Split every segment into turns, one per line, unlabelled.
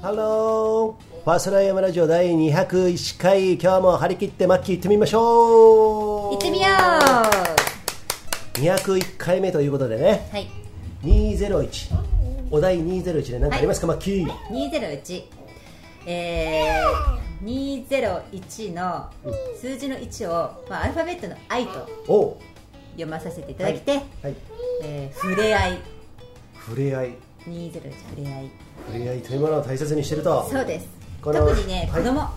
ハローファーストライアムラジオ第201回今日も張り切ってマッキー行ってみましょう
行ってみようは
201回目ということでね
い
201お題201で何かありますか、マッキー
201えー、201の数字の1を、まあ、アルファベットの I と
おう
読まさせていただきて、
はい
えー触れ合い
触れ合い
201触れ合い
触れ合いというものを大切にしてると
そうです
こ
特
の
にね
はい
子供、
は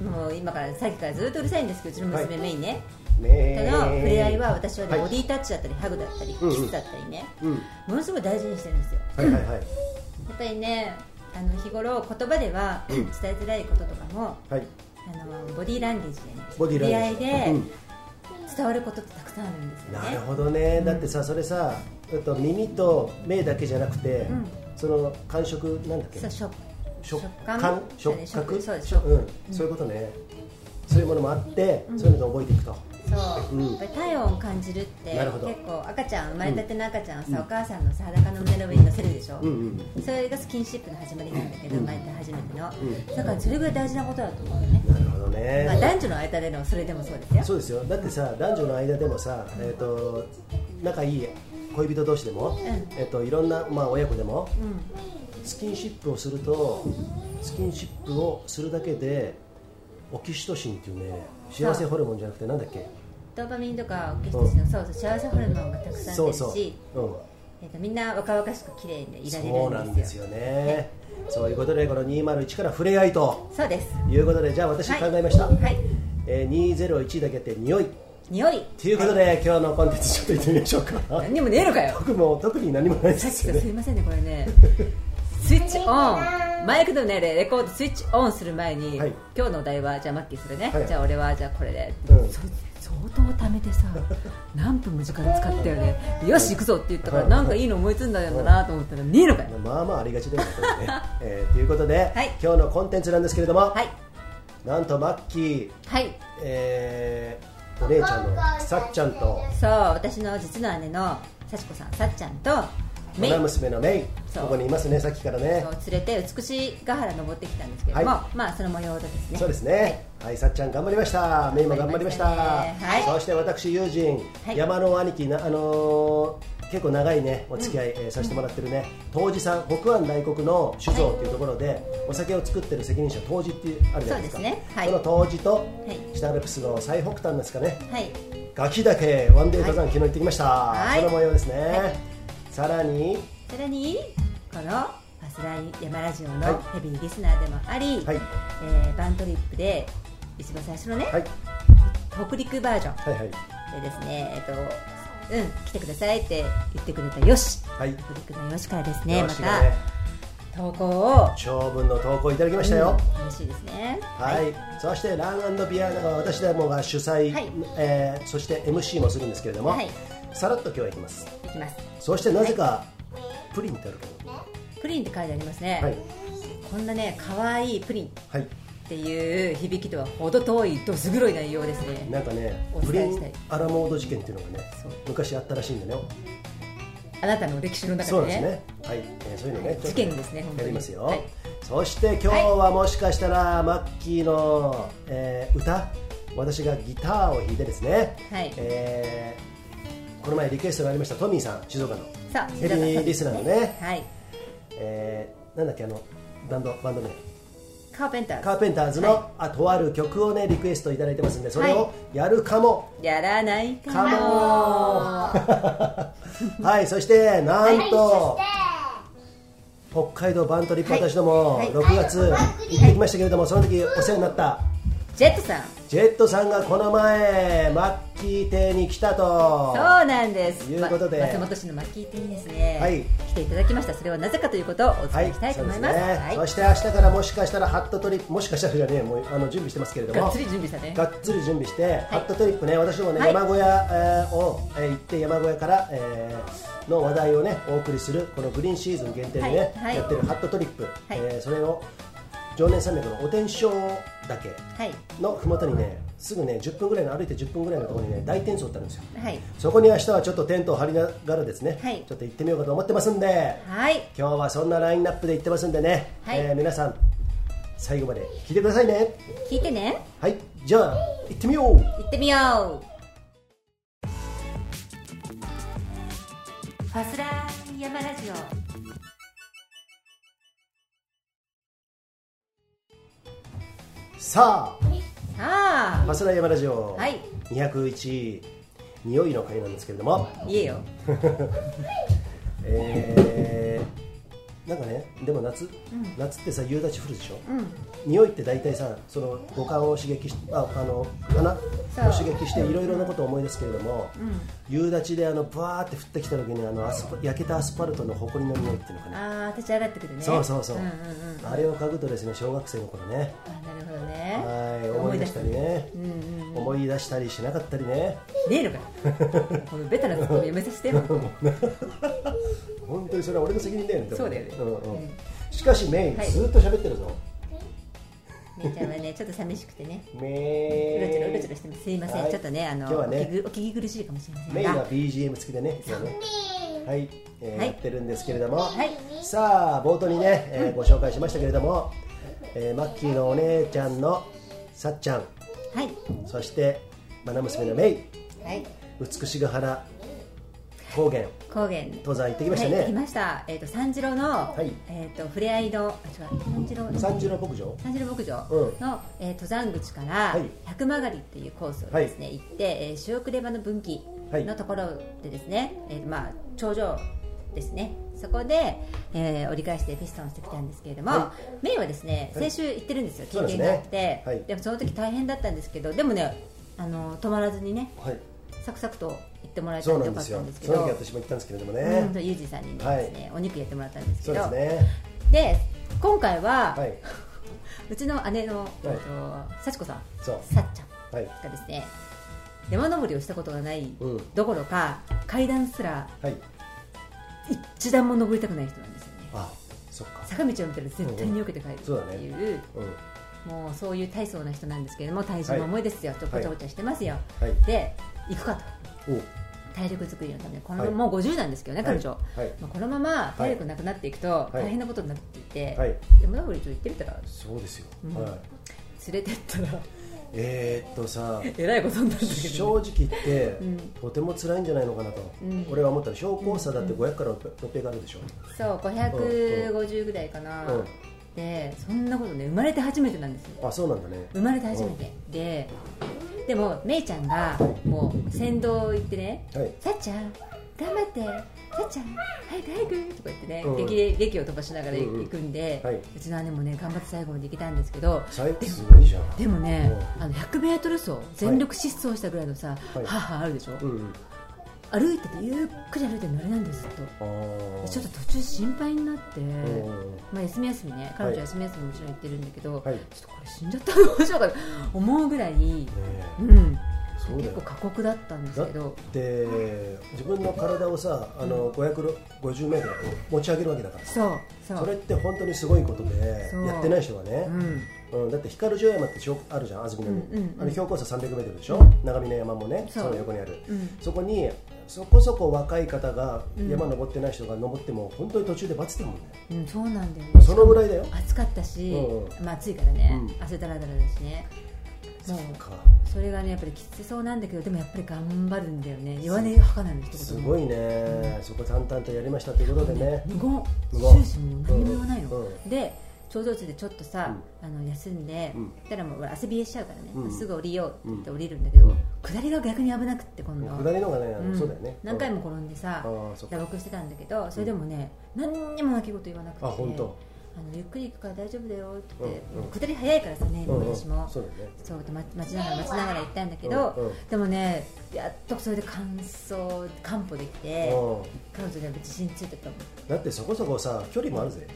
い
もう今からさっきからずっとうるさいんですけどうちの娘メインね、
ねえ
との触れ合いは私はね、
はい
ボディタッチだったりハグだったり
うん
キスだったりね、
うん
ものすごい大事にしてるんですよ
はいはいはい
やっぱりねあの日頃言葉では伝えづらいこととかも、
はい
あのボディーランゲージでね
ボディーランゲー
触
ジ
れ合いで
うん
伝わることってたくさんあるんですよね
なるほどね、だってさそれさえっと耳と目だけじゃなくて、
ん
その感触なんだっけ
そう食
食
感
感
そう
触
ね
覚
そうです食
うんそういうことね、そういうものもあって、そういうのを覚えていくと
そう、
うん
やっぱり体温を感じるって
なるほど
結構赤ちゃん生まれたての赤ちゃんはさ、お母さんのさ裸の胸の上に乗せるでしょ、
うんうん
それがスキンシップの始まりなんだけど、
うん
生まれて初めての、
ん
だからそれぐらい大事なことだと思うよね、
なるほど
まあ、
ね
男女の間でのそれでもそうですよ
そうですよだってさ男女の間でもさ、えっと仲いい恋人同士でも、
ん
えっといろんな、まあ、親子でも
うん
スキンシップをするとスキンシップをするだけでオキシトシンっていうね幸せホルモンじゃなくてなんだっけ
ドーパミンとかオキシトシンの、そうそう幸せホルモンがたくさん出
そ
る
う
し
そう、うん、
えー、とみんな若々しく綺麗でいられ
そうな
る
ん
んで
ですす
よ
よねそういうことでこの201から触れ合いと
そうです
いうことでじゃあ私考えました、
はい、はい
えー201だけって匂い
匂い
ということで、今日のコンテンツちょっと行ってみましょうか
何にもねえのかよ
僕も特に何もないで
さっ
す
き
よ
からす
ね
いませんねこれ ねスイッチオンマイクのねレコードスイッチオンする前に、
はい
今日のお題はじゃあマッキーそれね、
はい
じゃあ俺はじゃあこれで、
うん
そ相当貯めて さ何分も時間使ったよねでよし行くぞって言ったから、
はい
なんかいいの思いついんだんだなと思ったら、ねえのかよ
まあまあありがちだよね、こ れねえーということで、
はい
今日のコンテンツなんですけれども、
はい
なんとマッキー、
はい
えーお姉ちゃんのさっちゃんと
そう私の実の姉の幸子さんさっちゃんとメイ
七娘のメイ
そう
ここにいますねさっきからね
を連れて美しが原登ってきたんですけれども、
は
まあその模様ですね
そうですね。はい、さっちゃん頑張りました。メイも頑張りました。
頑張りましたねはい
そして私友人、
はい
山の兄貴なあのー結構長いねお付き合い、えーさせてもらってるね。当時さん北安大国の酒造っていうところで、お酒を作ってる責任者当時っていうあるじゃないですか。
そうですねはい
その当時と、
い
北アルプスの最北端ですかね。
はい
ガキ岳ワンデー登山、
は
昨
い
日行ってきました。
はい
その模様ですね。
はい
さらに
さらにこの「ファスライ山ラジオ」の
は
ヘビーリスナーでもあり、
はい
えーバントリップで一番最初のね、
はい
北陸バージョ
はいはい
ンでですねえっ、とうん来てくださいって言ってくれたよし
はい。
北陸のよしからですね
よ
ま
し
た
がね
投稿を
長文の投稿いただきましたよ。
うん嬉しいですね
はい、そしてランビアが私どもが主催、
はい
えーそして MC もするんですけれども、
はい
さらっと今日は行きます
いきます
そしてなぜかプリンってあるけど
プリンって書いてありますね、
はい
こんなね可愛いプリンっ
はい
ていう響きとは程遠いどす黒い内容ですね
なんかね
お
プリ
伝えしたい
ンアラモード事件っていうのがね
そう
昔あったらしいんだね
あなたの歴史の
そう
中で
なん
ね
ですねはい、えーそういうのね
事件ですね本当に
やりますよ、
はい
そして今日はもしかしたらマッキーの、えー歌私がギターを弾いてですね、
はい
えーこの前リクエストがありましたトミーさん静岡の
さあ
ヘビーリスナーのね
はい
えーなんだっけあのバンドバンド名
カーペンターズ
カーペンターズの、あとある曲をねリクエストいただいてますんでそれを
は
やるかも、
やらないか
かも
も
はいそしてなんと、北海道バントリップ
はい
私ども、
はい
6月行ってきましたけれども、その時お世話になった
ジェットさん
ジェットさんがこの前マッキー邸に来たと
そうなんです
いうことで
ま松本市のマキーテにですね、
はい
来ていただきましたそれはなぜかということをお伝えしたいと思います,、
そう
は
で
い
ねそして明日からもしかしたらハットトリップもしかしたらじゃねえもうあの準備してますけれども
がっつり準備したね
がっつり準備して、ハットトリップね、私どもね、
はい
山小屋、えーを、えー行って、山小屋から、えーの話題をね、お送りする、このグリーンシーズン限定でね、
はいはい
やってるハットトリップ、
い
えーそれを常念山脈のお天正岳
はい
のふもとにねすぐね10分ぐらいの歩いて10分ぐらいのところにね大天窓ってあるんですよ
はい
そこに明日はちょっとテントを張りながらですね、
はい
ちょっと行ってみようかと思ってますんで
はい
今日はそんなラインナップで行ってますんでね、
はい
えー皆さん最後まで聞いてくださいね
聞いてね
はいじゃあ行ってみよう
行ってみようファスラー山ラジオ
さあ
あ
マスラ山ラジオ、
はい
201匂いの会なんですけれども、
あ言えよ
えーなんかねでも夏、
ん
夏ってさ夕立降るでしょ
うん
匂いって大体さその五感を刺激しああの鼻を
そう
刺激していろいろなことを思い出すけれども、
うん
夕立ちであのブワーって降ってきた時にあのアスパ焼けたアスファルトの埃の匂いっていうのかな、
ああ立ち上がってくるね
そうそうそう、
んうんうん
あれを嗅ぐとですね小学生の頃ね
あなるほどね
はい思い出したりね
うんうん
思い出したりしなかったりね
ねえのかよ このベタなツッコミやめさせてよ
本当にそれは俺の責任だよね
そうだよね
んうん
うん
しかしメイ、
はい
ずーっと喋ってるぞ
姉ちゃんはねちょっと寂しくてねうろちょろう
メ
ろちょろ
イ
してますすいません、
はい
ちょっとねあの
今日はね
お聞きお聞き苦しいかもしれませんが
メインは BGM 付きでね今ねはい、えー
はい
やってるんですけれども、
はい
さあ冒頭にね、えーご紹介しましたけれども、えーマッキーのお姉ちゃんのさっちゃん
はい
そして愛娘のメイ
はい
美しが原高原
高原
登山行ってきましたね、
はい、行きました、えー、と三次郎の、
い
えー、と触れ合いのあ違う三次郎
三十の牧場
三次郎牧場
うん
の、えー登山口から
はい
百曲がりっていうコースをですね、行って、えー、塩倉場の分岐
はい
のところでですね、えーまあ、頂上ですねそこで、えー折り返してピストンしてきたんですけれども、
は
メインはですね先週行ってるんですよ、
そう
経
ですね
験があって
はい
でもその時大変だったんですけどでもねあの止まらずにね
はい
サクサクと行ってもらえた
そ
ら
うな
よ
ん
か
で
っ
す
た
よ
んですけ
その
ど
時私も行ったんですけれどもね、
うんとゆうじさんにですね、お肉やってもらったんですけ
そう
ど
ですね
で今回は、
はいう
ちの姉の、えっと幸子さん
そう
さっちゃ
は
ん
い
がですね山登りをしたことがない
うん
どころか、階段すら
はい
一段も登りたくない人なんですよね
あそっか
坂道を見たら絶対に避けて帰るって
そうだね
いう,、
うんは
もうそういう大層な人なんですけれども体重も重いですよ、ちょっとごちゃごちゃしてますよ、
い
で行くかと
おう
体力作りのためにこの、
はい
もう50なんですけどね彼女、
はい
まあ、このまま体力なくなっていくと
い
大変なことになっていて、
はいはい
山登りちょっと行ってみたら
そうですよ、
うん
はい
連れてったら
えー、っとさ
えらいことになるんだけ
正
ど、
直言って、
ん
とても辛いんじゃないのかなと、
うん
俺は思ったら標高差だって500から600あるでしょ、
そう550ぐらいかな、
うん
でそんなことね生まれて初めてなんですよ
あそうなんだね
生まれて初めて、ででもめいちゃんがもう先導行ってね
はい
「さっちゃん頑張ってさっちゃん早く早く」とか言ってね、
うん
劇で劇を飛ばしながら行くんで、
うんうんはいう
ちの姉もね頑張って最後まで行けたんですけど
最すごいじゃん
でもね、あの 100m 走全力疾走したぐらいのさ、
はい
はあはああるでしょ、
うんうん
歩いててゆっくり歩いてるのあれなんですと
あー
ちょっと途中心配になって、
うん
まあ、休み休みね彼女は
はい
休み休みもちろん行ってるんだけど、
はいね
ちょっとこれ死んじゃったらどうしようかと 思うぐらい、う
え
ん、
そうだ
結
よ
構過酷だったんですけど
で自分の体をさあの550メートル持ち上げるわけだから
そうそう
それって本当にすごいことで
そう
やってない人はね
う、ん、
うん、だって光城山って標あるじゃん安曇野に、
うんうんうん
あれ標高差3 0 0メートルでしょ、長峰山もね
そ
そうの横にある、
うん
そこにそこそこ若い方が
うん
山登ってない人が登っても本当に途中でバツってるもんね、
うん、そうなんだよね
そのぐらいだよ
暑かったし、
う
まあ、暑いからね、
うん
汗だらだらだしねもう
か
それがねやっぱりきつそうなんだけどでもやっぱり頑張るんだよね弱音吐かないの一言も
すごいね、そこ淡々とやりましたということでね、
無言
無言
終始もう何にもないの、
うんうん
で頂上地でちょっとさ、あの休んで、
うん
そしたらもう俺汗冷えしちゃうからね、
うん
すぐ降りようって言って降りるんだけど、下りが逆に危なくって今度
もう下りの方がね、あの
うん
そうだよね
何回も転んで
あ
さ
あそっ
打
か
撲してたんだけどそれでもね、何にも泣き言言わなくて
あ本当
あのゆっくり行くから大丈夫だよって言って、
うんうん
下り早いからさね、
うんうん
私も
そうだよね
そうで待待ちながら待ちながら行ったんだけど、
うんうん
でもねやっとそれで完走完歩できて
うん
彼女には自信ついてたと思う
だってそこそこさ距離もあるぜ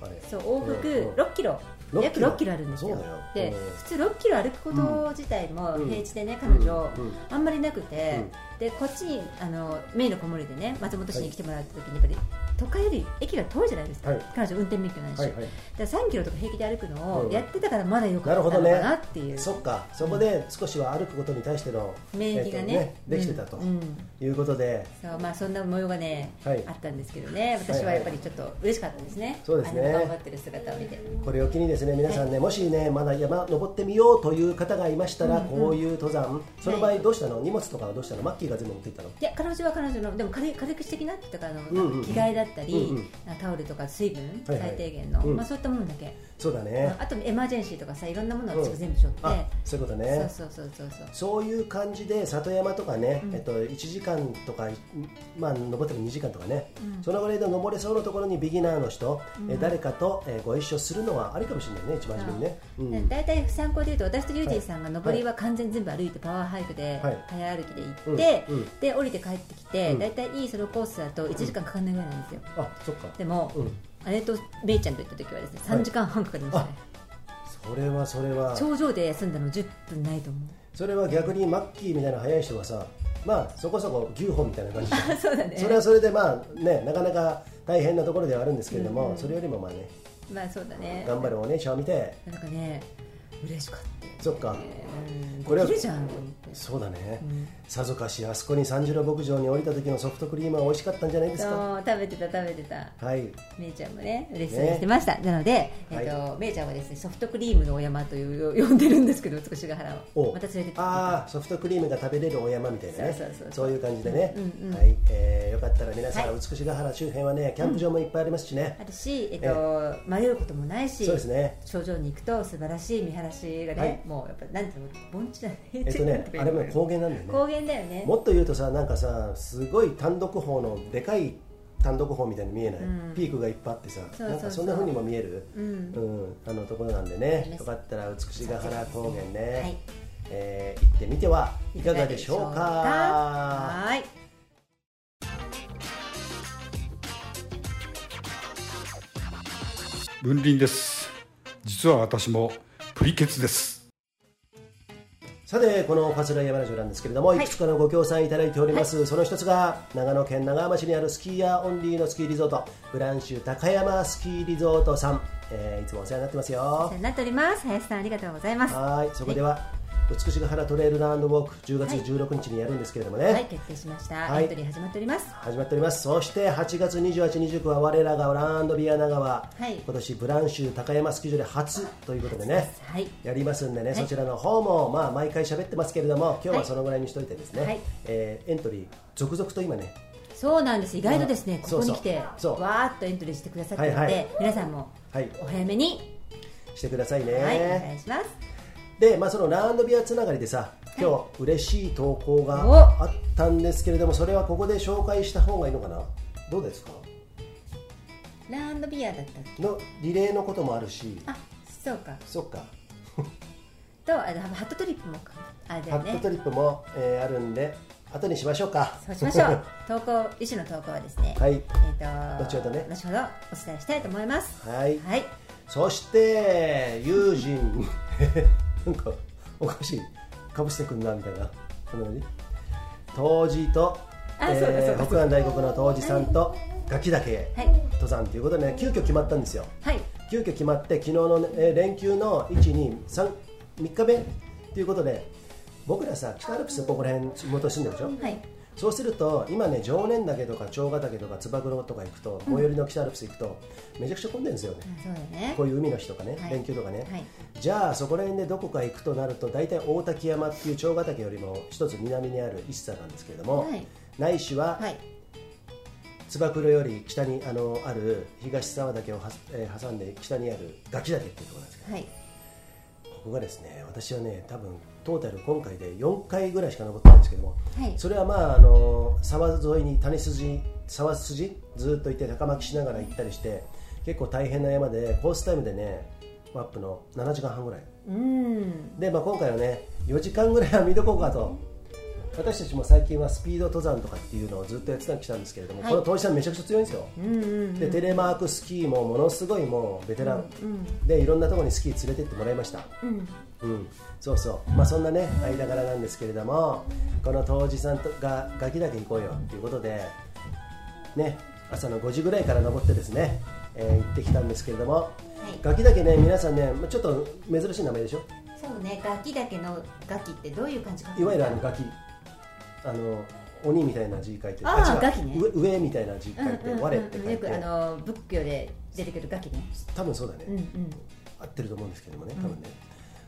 あれ
そう往復
うんうん
6キロ、
6
約
キロ
6キロあるんですよ
そうだよ
で
うん
普通6キロ歩くこと自体も
うん
平地でね、彼女、
うんうん
あんまりなくて、
うん
でこっちにあのメインの子守りでね松本市に来てもらった時にやっぱり都会より駅が遠いじゃないですか、
はい
彼女運転免許ないし、
はいはい
だから3キロとか平気で歩くの
う
を
ん
やってたからまだよか
なる
っ
ほ
た
ど
のか
ね
なっていう、
そっかそこで少しは歩くことに対しての
免疫がね,、
えっとできてたと、
うんうん
いうことで
そうまあ、そんな模様がね、
はい
あったんですけどね私はやっぱりちょっと嬉しかったですね、
そうですね
あの頑張ってる姿を見て
これを機にですね皆さんね、もしねまだ山登ってみようという方がいましたら、こういう登山その場合どうしたの、荷物とかはどうしたのマッキーが全部持っていったの
いや彼女は彼女のでも軽い軽くしてきなって言ったからあの、
うんうん
着替えだったり、
うんうん
タオルとか水分、
はいはい
最低限の、
うん
まあ、そういったものだけ、
そうだね
あとエマージェンシーとかさいろんなものを
うん
私が全部しょって、
あそういうことね
そうそうそうそう
そういう感じで里山とかね、
うん
えっと、1時間とか、まあ、登っても2時間とかね、
うん
そのぐらいで登れそうなところにビギナーの人、
うん
え誰かとえーご一緒するのはありかもしれないね、一番初めにね。う
そう、
ん
だいたい参考でいうと私とユージさんが上りは完全に全部歩いてパワーハイクで、
はい
早歩きで行って、
うんうん
で降りて帰ってきて、
うん
だいたいいいそのコースだと1時間かかんないぐらいなんですよ、
あそっか
でも、
うん
姉とめいちゃんと行った時はですね
はい
3時間半かかりましたね、
それはそれは
頂上で休んだの10分ないと思う
それは逆にマッキーみたいな速い人がさまあそこそこ牛歩みたいな感じで
そうだね
それはそれでまあねなかなか大変なところではあるんですけれども、それよりもまあね
まあそうだね
頑張るお姉ちゃんを見て
なんかね嬉しかったよ
そっか
ねうん
これは
できるじゃんと思って
そうだね、
ん
さぞかしあそこに三次郎牧場に降りた時のソフトクリームは美味しかったんじゃないですか
そう食べてた食べてた
はい
めいちゃんもね嬉しそうにしてました、なので、えっとめいちゃんはですねソフトクリームのお山という呼んでるんですけど美しが原を
お
また連れてきて
ああソフトクリームが食べれるお山みたいなね
そうそうそうそう
いう感じでね、
うんうん
はい、えーよかったら皆さん、
はい
美しが原周辺はねキャンプ場もいっぱいありますしね、
あるし、えっと迷うこともないし
そうですね
頂上に行くと素晴らしい見晴らしがね、
はい
もうやっぱなんていうの盆地だね
えっ とねあれも高原なんだよね
高原だよね
もっと言うとさなんかさすごい単独峰のでかい単独峰みたいに見えない、
うん
ピークがいっぱいあってさ
そうそうそう
なんかそんな風にも見える、
うん
んあのところなんでね
です
よかったら美しが原高原ね、
はい
えー行ってみてはいかがでしょうか
いかがでしょうかはい
文林です実は私もプリケツです
さてこの「ファスライヤーラジオ」なんですけれども、い、
い
くつかのご協賛いただいております、その一つが長野県長浜市にあるスキーヤーオンリーのスキーリゾートブランシュ高山スキーリゾートさん、えーいつもお世話になってます
お世
よ
話になっております林さんありがとうございます
はい、そこでは、美しが原トレイルランドウォーク10月
はい
16日にやるんですけれどもね、
はい決定しました、
はい
エントリー始まっております
始まっておりますそして8月28、29は我らがランドビア長川、
はい
今年ブランシュ高山スキー場で初ということでね
はい
やりますんでね、
い
そちらの方もまあ毎回喋ってますけれども今日ははいそのぐらいにしといてですね、
はい
えーエントリー続々と今ね
そうなんです意外とですね
あ
ここに来て
そうそう
わーっとエントリーしてくださってるので、
はいはい
皆さんも
はい
お早めに、
してくださいね、
はいお願いします
で、まあ、そのラウンドビアつながりでさ今日嬉しい投稿が
お
あったんですけれどもそれはここで紹介した方がいいのかなどうですか
ラウンドビアだったっけ
のリレーのこともあるし
あそうか
そっか
とあのハットトリップもかあだ
ハ
よ
ット
ね
トリップも、えーあるんで後にしましょうか
そうしましょう投稿医師の投稿はですね、
はい
えー、と
後ほどね
後ほどお伝えしたいと思います
はい
はい
そして友人 なんかおかしいかぶしてくんなみたいなそんな感じ当時と、
あそうだそうだ
北安大国の当時さんとガキ岳へ
はい
登山ということで、ね、急遽決まったんですよ
はい
急遽決まって昨日の、ねえー連休の123日目ということで僕らさ北アルプスここら辺地元住んでるでしょ、
はい
そうすると今ね常念岳とか長ヶ岳とか燕黒とか行くと最寄りの北アルプス行くとめちゃくちゃ混んでるんですよね、
あそうだね
こういう海の日とかね、
はい
連休とかね、
はい
じゃあそこら辺でどこか行くとなると大体大滝山っていう長ヶ岳よりも一つ南にある一茶なんですけれども、
はい
ないしは
はい
燕黒より北にあのある東沢岳をは、えー挟んで北にあるガキ岳っていうところなんですけ
はい
どここがですね私はね多分トータル今回で4回ぐらいしか登ったんですけども、
はい
それはまああの沢沿いに谷筋沢筋ずっと行って高巻きしながら行ったりして結構大変な山でコースタイムでねワップの7時間半ぐらいう
ーん
で、まあ、今回はね4時間ぐらいは見とこうかと私たちも最近はスピード登山とかっていうのをずっとやってたきたんですけれども、
はい
この当時さんめちゃくちゃ強いんですよ、
うんうん
でテレマークスキーもものすごいもうベテラン、でいろんなところにスキー連れてってもらいました、
うん
うん、そうそう、まあ、そんなね間柄なんですけれどもこの当時さんとがガキだけ行こうよっていうことでね朝の5時ぐらいから登ってですね、えー行ってきたんですけれども
い
ガキだけね皆さんねちょっと珍しい名前でしょ
そうねガキだけのガキってどういう感じか
いわゆるあのガキあの鬼みたいな字書いて
あー
違う
ガキね
上上みたいな字書いて、我って書い
よくあ
て
の仏教で出てくるガキね
多分そうだね、
うんうん
合ってると思うんですけどもね多分ね、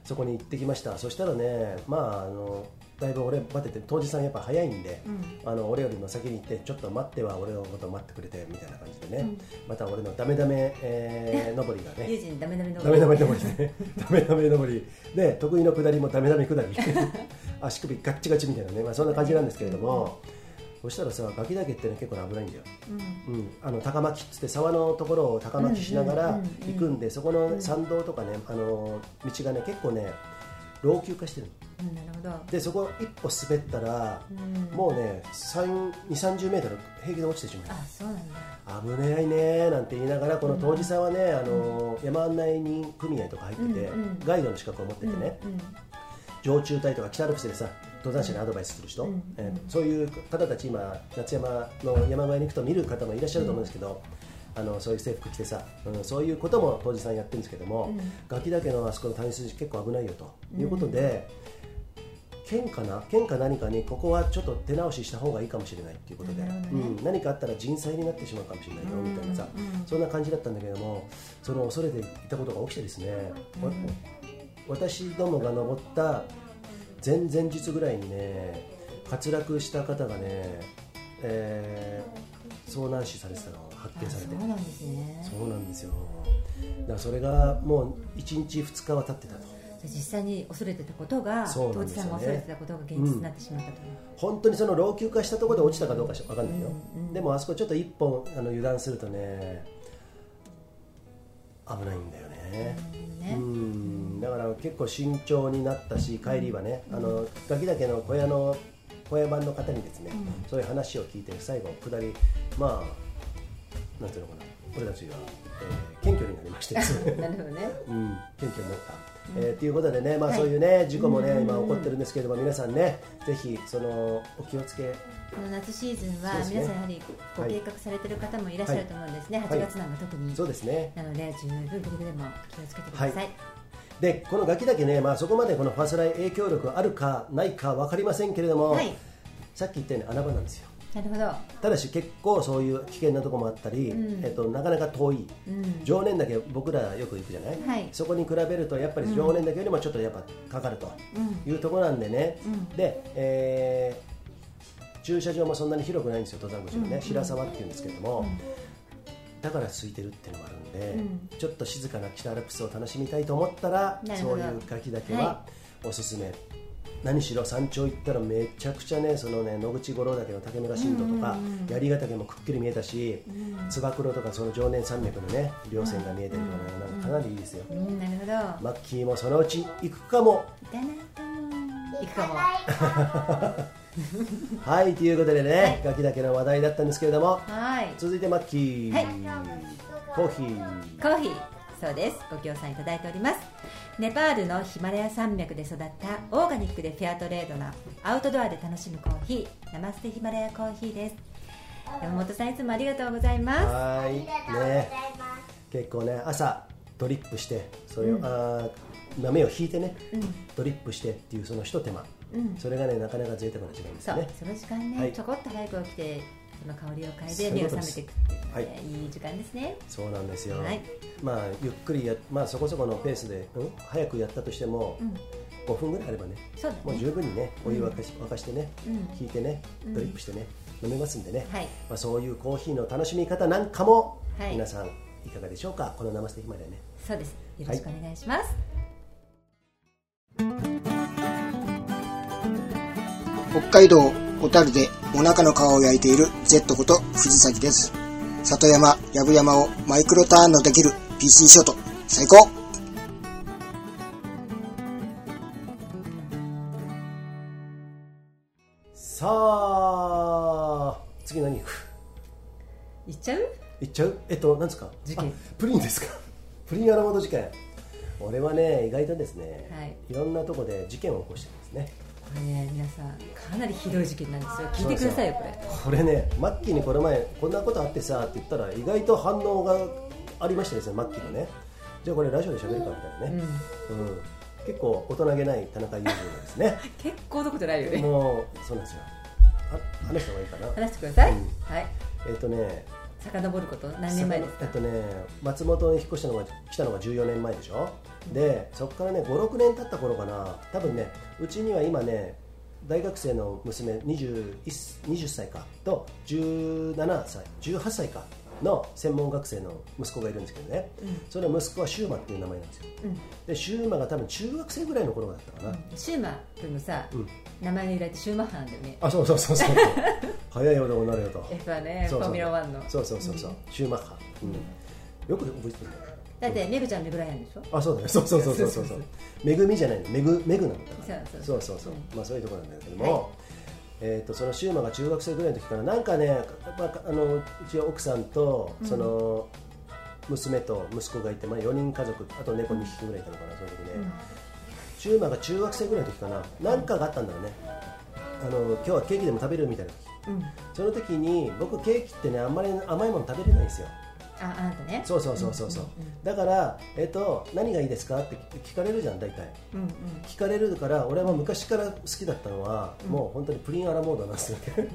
そこに行ってきましたそしたらねまああのだいぶ俺待ってて当時さんやっぱ早いんで、あの俺よりも先に行ってちょっと待っては俺のこと待ってくれてみたいな感じでね、また俺のダメダメ、えー登りが
友
ね
人ダメダメの
ダメダメ登りね ダメダメ登りで得意の下りもダメダメ下り足首ガッチガチみたいなね、まあ、そんな感じなんですけれども、そしたらさガキ岳ってね結構危ないんだよ
うん
うん、あの高巻っつって沢のところを高巻しなが
うん
ら
うんうんうん
行くんでそこの参道とかねあの道がね結構ね老朽化してるの
うんなるほど
でそこ一歩滑ったら
うん
もうね3 2 3 0メートル平気で落ちてしまう
あそうなんだ
危ないねなんて言いながらこの当時さんはねあの山案内人組合とか入ってて
うんうん
ガイドの資格を持っててね、
うんうん
常駐隊とか北アルプスでさ登山者にアドバイスする人、
うん
えーそういう方たち今夏山の山小屋に行くと見る方もいらっしゃると思うんですけど、あのそういう制服着てさ、うん、そういうことも当時さんやってるんですけども、
うん
ガキだけのあそこの谷筋結構危ないよということで、県かな県か何かにここはちょっと手直しした方がいいかもしれないっていうことで、
なるほどね
うん、何かあったら人災になってしまうかもしれないよみたいなさ、
うんうん
そんな感じだったんだけどもその恐れていたことが起きてですね、わ私どもが登った前々日ぐらいにね滑落した方がね、えー遭難死されてたのを発見
あ
され
そ
て
うなんですね
そうなんですよだからそれがもう1日2日は経ってたと
じゃあ実際に恐れてたことが
そうな
当
んで
時
すよ
さ
ね
んが恐れてたことが現実になってしまったと、
本当にその老朽化したところで落ちたかどうか分かんないよ、
うんうん
でもあそこちょっと一本あの油断するとね危ないんだよね、
ね
うんだから結構慎重になったし帰りはね、あのガキ岳の小屋の小屋番の方にですね、そういう話を聞いて最後下りまあなんていうのかな俺たちが、えー謙虚になりま してですね
なるほどね
うん、謙虚になった。えーということでね、まあ、そういうね、事故もね、今起こってるんですけれども、皆さんね、ぜひそのお気をつけ、
この夏シーズンは
そうですね
皆さんやはりご計画されてる方もいらっしゃると思うんですね、
はい
8月なんか特に、
そうですね。
なので十分くれぐれも気をつけてください、
はいで、このガキだけね、まあ、そこまでこのファスライ影響力があるかないか分かりませんけれども、
はい
さっき言ったように穴場なんですよ。
なるほど
ただし結構そういう危険なとこもあったり、
うん
えっと、なかなか遠い、
うん
常年だけ僕らよく行くじゃない、
はい
そこに比べるとやっぱり常年だけよりもちょっとやっぱかかるというところなんでね、
ん
で、えー駐車場もそんなに広くないんですよ登山口のね、白沢っていうんですけども、だから空いてるっていうのもあるんで、
うん
ちょっと静かな北アルプスを楽しみたいと思ったら
なる
そ
ほ
う
ど
いう柿だけ
は
はおすすめ、何しろ山頂行ったらめちゃくちゃねそのね野口五郎岳の竹村新道とか、槍ヶ岳もくっきり見えたし、つば九郎とかその常年山脈のね稜線が見えたりとかね、なんかかなりいいですよ、
うんなるほど
マッキーもそのうち行くかも
いたないかも行くかも
はいということでね、ガキだけの話題だったんですけれども
はい
続いてマッキー、
はい
コーヒー
コーヒーそうですご協賛いただいておりますネパールのヒマラヤ山脈で育ったオーガニックでフェアトレードなアウトドアで楽しむコーヒーナマステヒマラヤコーヒーです山本さんいつもありがとうございま
はーいね
い
結構ね朝ドリップしてそれを、あー豆を引いてね、ドリップしてっていうその一手間、それがねなかなか贅沢な時間ですす
そう
ね
その時間ね、
はい
ちょこっと早く起きてその香りを
そう
嗅
い
いうで
こ
目を
とで
覚め
す
ていくっていうの
は
で、
い
い、い時間ですね
そうなんですよ、
はい
まあゆっくりや、まあ、そこそこのペースで、うん、早くやったとしても、5分ぐらいあればね
そうだ
もう
ね
十分にねお湯沸かし,、沸かしてね、
うん
引いてねドリップしてね、飲めますんでね、
はい
まあ、そういうコーヒーの楽しみ方なんかも、
はい
皆さんいかがでしょうかこの「ナマステヒマラヤね
そうですよろしくお願いします、
北海道小樽でお腹の皮を焼いている Z こと藤崎です。里山、やぶ山をマイクロターンのできる PC ショート、最高
さあ次何行く
行っちゃう
行っちゃうえっと何ですか
事件
あプリンですかプリンアラモード事件俺はね意外とですね、、
はい
ろんなとこで事件を起こしてるんですね
これね皆さんかなりひどい事件なんですよ聞いてくださいよこれ
これねマッキーにこの前こんなことあってさって言ったら意外と反応がありましてですねマッキーのねじゃあこれラジオで喋るかみたいなね、うん結構大人げない田中裕二がです ね
結構どこじゃないよね
もうそうなんですよあ話した方がいいかな
話してください、
うん
はい
えっ、とね
遡ること何年前です
え
か
っとね松本に引っ越したのが来たのが14年前でしょでそこからね56年経った頃かな多分ねうちには今ね大学生の娘 20, 20歳かと17歳18歳かの専門学生の息子がいるんですけどね、その息子はシューマっていう名前なんですよ
うん
でシューマが多分中学生ぐらいの頃だったかな、
シューマー君のさ、
うん
名前の由来ってシューマッハなんだよね
あそうそうそう そう早いようでもなるよと
F はね
そうそう
フォーミュラワンの
そうそうそうそう、シューマッハ、うん、よく覚えてるんだよ
だってメグちゃんメグライアンでしょ
あそうだねそうそうそうそうそうそうめぐみじゃないのめぐめぐなんだから
そう
そ
そうう
そうそう
うん
まあそういうところなんだけども、えー、とそのシューマが中学生ぐらいの時からなんかね、まあ、あのうちは奥さんとその、娘と息子がいて、まあ、4人家族あと猫2匹ぐらいいたのかなその時ね、シューマが中学生ぐらいの時かな何かがあったんだろうねあの今日はケーキでも食べるみたいな時
うんあ
その時に僕ケーキってねあんまり甘いもの食べれないんですよ
あなたね
そうそうそうそうそう、だから、えっと、何がいいですかって聞かれるじゃん大体
うんうん
聞かれるから俺は昔から好きだったのは、もう本当にプリンアラモードなんですよね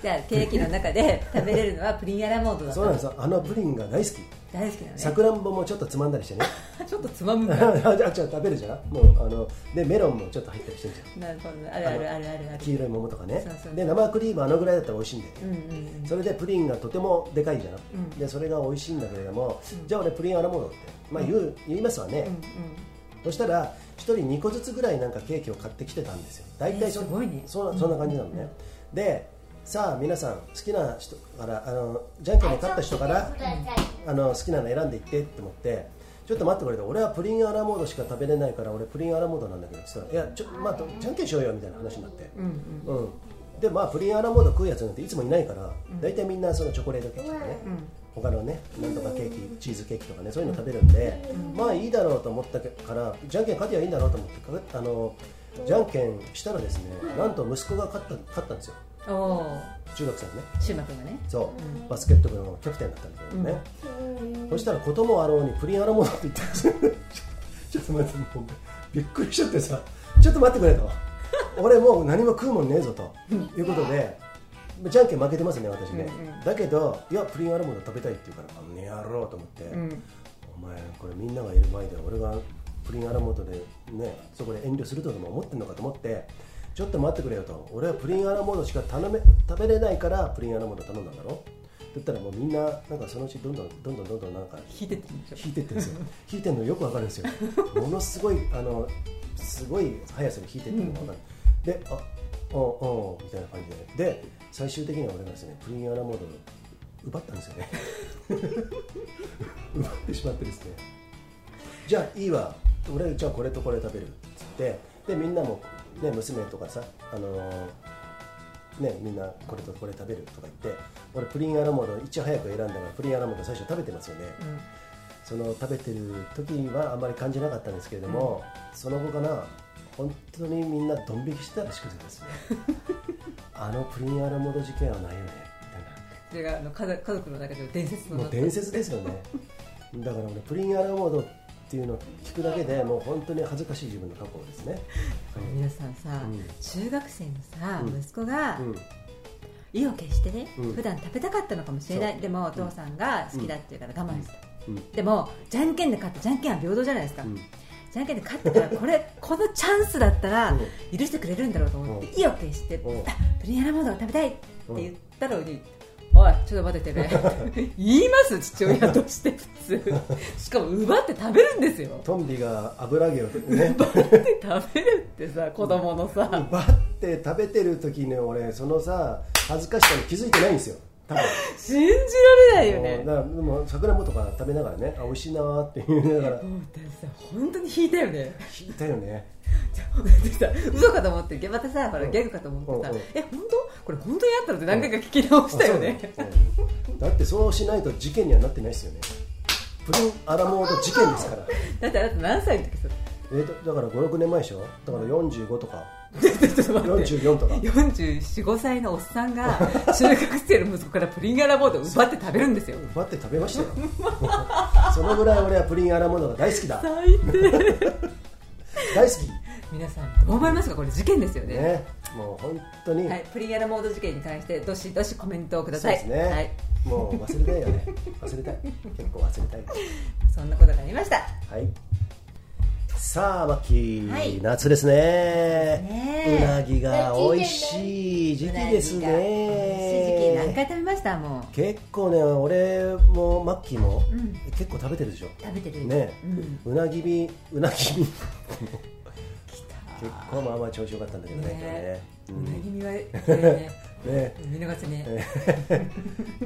じゃあケーキの中で 食べれるのはプリンアラモードだっ た
そうなんですよあのプリンが大好き
大好きなのね
さくらんぼもちょっとつまんだり してね
ちょっとつまむ
あ
か
じゃ
ら
あじゃあ食べるじゃんもうあのでメロンもちょっと入ったりしてるじゃん
なるほどねあるあるあるあるあ
黄
る
色い桃とかね
そうそう
で生クリームあのぐらいだったら美味しいんだよね、
うんうん
それでプリンがとてもでかいじゃん、
ん
でそれが美味しいんだけれども、じゃあ俺プリンアラモードって、まあ、言う言いますわね、そしたら1人2個ずつぐらいなんかケーキを買ってきてたんですよ大体そ,、
えーすごいね
そんなそんな感じなのね、でさあ皆さん好きな人からあのじゃんけんで勝った人からあの好きなの選んでいってって思ってちょっと待ってくれと俺はプリンアラモードしか食べれないから俺プリンアラモードなんだけどって言ったらいやちょ、まあ、どじゃんけんしようよみたいな話になって、うんでまあプリンアラモード食うやつなんていつもいないから大体みんなそのチョコレートケーキとかね、他のねなんとかケーキチーズケーキとかねそういうの食べるんで、まあいいだろうと思ったからじゃんけん勝てばいいんだろうと思ってかあのじゃんけんしたらですねなんと息子が勝った勝ったんですよ
おお
中学生のね
シューマ君がね
そう、バスケット部のキャプテンだったんだけどね、そしたらこともあろうにプリンアラモードって言ってますちょっと待ってもうびっくりしちゃってさちょっと待ってくれと俺もう何も食うもんねえぞということでじゃんけん負けてますね私ね、だけどいやプリンアラモード食べたいって言うからあのねやろうと思って、お前これみんながいる前で俺がプリンアラモードでねそこで遠慮するとでも思ってんのかと思ってちょっと待ってくれよと俺はプリンアラモードしか頼め食べれないからプリンアラモード頼んだんだろって言ったらもうみんななんかそのうちどんどんどんどんどんどんなんか
引いてってんでしょ
引いてってんですよ引いてるのよくわかるんです よものすごいあのすごい速さで引いてってるのがわかる、であおうおうみたいな感じでで最終的には俺がですねプリンアラモードを奪ったんですよね 奪ってしまってですねじゃあいいわ俺じゃあこれとこれ食べるっつってでみんなも、ね、娘とかさあのーね、みんなこれとこれ食べるとか言って俺プリンアラモードいち早く選んだからプリンアラモード最初食べてますよね、その食べてる時はあんまり感じなかったんですけれども、その後かな本当にみんなドン引きしてたらしくて ですねあのプリンアラモード事件はないよね
それがあの家族家族の中での伝説
みたいな
の
もう伝説ですよねだから俺プリンアラモードっていうのを聞くだけでもう本当に恥ずかしい自分の過去ですね、
皆さんさ、
うん
中学生のさ、
うん
息子が
うん、
意を決してね、
うん
普段食べたかったのかもしれないでもお父さんが好きだっていうから我慢した、
うん
でもじゃんけんで勝ってじゃんけんは平等じゃないですか、
うん
じゃんけんで勝ったからこれこのチャンスだったら
うん
許してくれるんだろうと思っ
う
て意を決して、
うん
あプリンアラモードが食べたいって言ったのに、おいちょっと待っててね 言います父親として普通しかも奪って食べるんですよ
トンビが油揚げを ね
食べるってさ子供のさ、
奪って食べてる時の俺そのさ恥ずかしさに気づいてないんですよ多分
信じられないよね
だからでも桜もとか食べながらねあ美味しいなーって言いながら
もうだってさ本当に引いたよね
引いたよね
でさ嘘かと思ってまたさほらギャグかと思ってさ
うんうん
え本当これ本当にあったのって何回か聞き直したよね
あそうだうんだってそうしないと事件にはなってないですよねプリンアラモード事件ですから
だってあなた何歳の時さ
えーとだから56年前でしょだから45とか
ちょっと待って
44とか
445歳のおっさんが中学生の息子からプリンアラモードを奪って食べるんですよ
奪って食べま したよそのぐらい俺はプリンアラモードが大好きだ
最低
大好き
皆さんどう思いますかこれ事件ですよね
ねもう本当に、
はい、プリンアラモード事件に関してどしどしコメントをくだ
そう
さい
ですね、
はい、
もう忘れたいよね忘れたい結構忘れたい
そんなことがありました
はいさあマッキー、
はい
夏ですね
ねえ
うなぎが美味しい時期です
うなぎが美味しい時期何
ね
回食べましたもう
結構ね俺もマッキーも、
うん
結構食べてるでしょ
食べてる
ね、
うん
うなぎびうなぎび結構まあまあ調子良かったんだけどね
ね
今
う
日
な
ね
ぎにはこれね
うん ね
見逃せね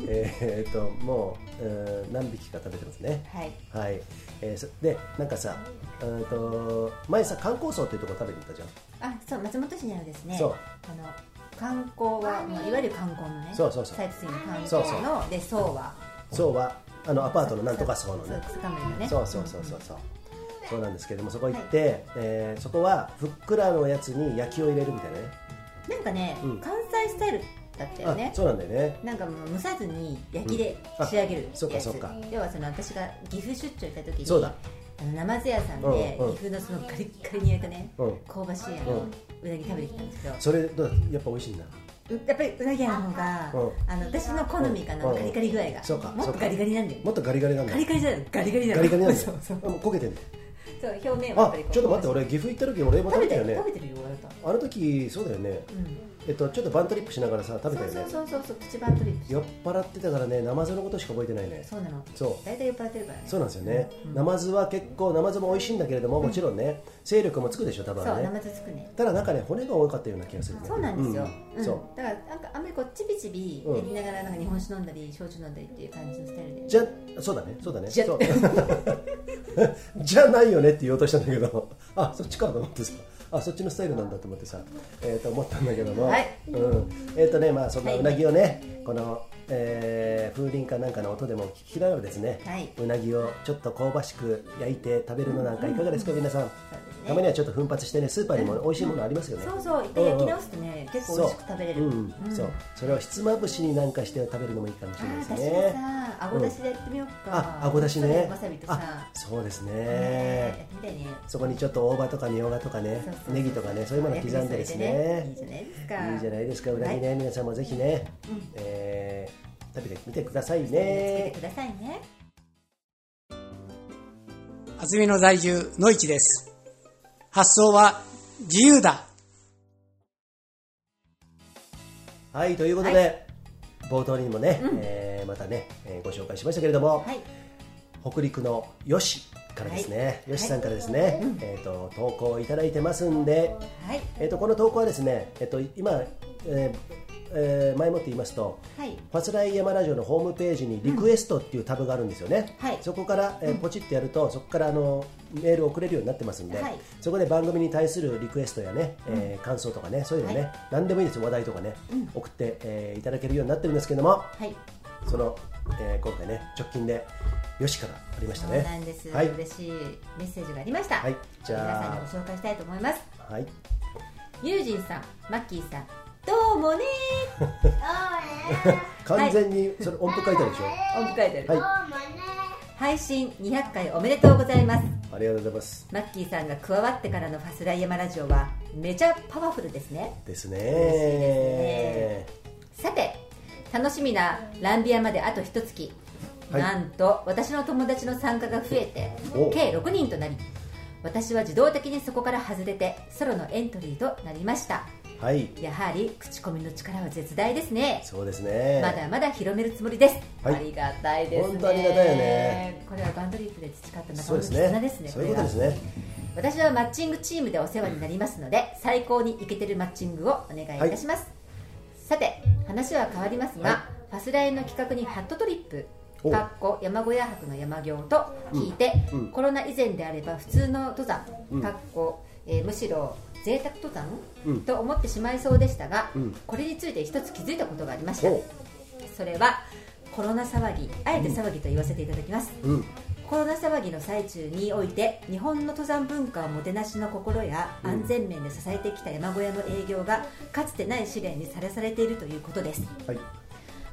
えーっともう、うん何匹か食べてますね
はい
はい、えーそでなんかさ、うんと前さ観光層っていうところ食べに行ったじゃん、
あそう松本市にあるですね
そう
あの観光はもういわゆる観光のね
そうそうそう
サイトスイング観
そう
光
そう
のでそうは
そうはあのアパートのなんとか層のね
そうつかめるのね
そうそうそうそうそうそうなんですけれどもそこ行って、えーそこはふっくらのやつに焼きを入れるみたいなね
なんかね、
うん
関西スタイルだったよね
あそうなんだよね
なんかもう蒸さずに焼きで
うんあ
仕上げるやつ、
そうかそうか
要はその私が岐阜出張行った時に
そうだ
あのナマズ屋さんで
うんうん
岐阜のそのガリッガリに焼いたね、
うん
香ばしいあの、うなぎ食べてきたんですけど
それどうやっぱ美味しいんだ
やっぱりうなぎ屋の方が、
う
あの私の好みかな、
うん
ガリガリ具合が、
そうか
もっ
そ
と
うか
ガリガリなんだよね
もっとガリガリなんだ
ガリガリじゃないガリガリなの
ガリガリなんだ
そ
よ
うそう
あもう焦げてんだよ
そう表面はやっ
あ
ぱりこう
ちょっと待って俺岐阜行った時俺も食べたよね
食べてる食べてるよあなた
あの時そうだよねえっとちょっとバントリップしながらさ食べたよね
うんそうそうそうそう口バントリップして
酔っ払ってたからねナマズのことしか覚えてないね
そうなの
そう
大体酔っ払ってるからね
そうなんですよね、
うん
ナマズは結構ナマズも美味しいんだけれどももちろんね勢力もつくでしょ多分
そう
ね
生ずつくね
ただ中ね骨が多かったような気がするね
そうなんですよ、
うん
うん
そ
だからなんかあんまりこうちびちび
うん
やりながらなんか日本酒飲んだり焼酎飲んだりっていう感じのスタイルで
うじゃそうだねそうだね
じゃ
そう じゃないよねって言おうとしたんだけどあそっちかと思ってさあそっちのスタイルなんだと思ってさ、えー、と思ったんだけども、
はい
うん、えっ、とねまあそんな
はいう
なぎをね、この、えー風鈴かなんかの音でも聞きながらですね、
はいう
なぎをちょっと香ばしく焼いて食べるのなんかいかがですか、皆さん
そうですね
たまにはちょっと奮発してねスーパーにも美味しいものありますよね、
そうそう一回焼き直すとね、結構美味しく食べれる
そう,、うんそうそれをひつまぶしになんかして食べるのもいいかもし
あ
れない
あ
で
ー
すね
だしでさあごだしでやってみようか
あ、あごだしね
わさびと
あ
さ
そうですね、
ねやってみたいね
そこにちょっと大葉とかみょうがとかね
そうそうそう
ネギとかねそういうもの刻んでですね
いいじゃないですか
いいじゃないですかうなぎね、皆さんもぜひね、えー食べてみてください
はい、つけて
ね
くださいね
厚みの在住、野市です。発想は自由だ。
はいということで、
は
冒頭にもね、えーまたね、えーご紹介しましたけれども、
はい
北陸のよしからですね、
はい
よしさんからですね、えー、と投稿をいただいてますんで、
はい
えー、とこの投稿はですね、えー、と今、えーえー前もって言いますと
はい
ファスライヤマラジオのホームページにリクエストっていうタブがあるんですよね、
はい
そこから、えーポチってやるとそこからあのメールを送れるようになってますんで、
はい
そこで番組に対するリクエストやね、えー感想とかねそういうのね、
はい
何でもいいですよ話題とかね、送って、えーいただけるようになってるんですけども
はい
その、えー今回ね直近でよしからありました
そう
ね
なんです、
はい、
嬉しいメッセージがありました、
はいじゃあ
皆さんにご紹介したいと思います
はい、
ユージンさんマッキーさんどうもね
完全にそれ音符書いてあるでしょ、
音符書いてある、
はい
配信200回おめでとうございます
ありがとうございます
マッキーさんが加わってからのファスライヤマラジオはめちゃパワフルですね
です
嬉しい
ね
でさて楽しみなランビアまであと一月、
はい
なんと私の友達の参加が増えて
お
計6人となり私は自動的にそこから外れてソロのエントリーとなりました
はい
やはり口コミの力は絶大ですね
そうですね
まだまだ広めるつもりです、
はい
ありがたいですね
本当ありがたいよね
これはバンドリップで培った仲
そうで
間の
す
絆
ね
ですね
そういうことです
これは
ね
私はマッチングチームでお世話になりますので最高にイケてるマッチングをお願いいたします、さて話は変わりますが、
はい
ファスライの企画にハットトリップ
お
かっこ山小屋博の山行と聞いて、
うんうん
コロナ以前であれば普通の登山、
うん
かっこ、えーむしろ贅沢登山、
うん
と思ってしまいそうでしたが、
うん
これについて一つ気づいたことがありました
ほ
それはコロナ騒ぎあえて騒ぎと言わせていただきます、
ううん
コロナ騒ぎの最中において日本の登山文化をもてなしの心や安全面で支えてきた山小屋の営業がかつてない試練にさらされているということです
はい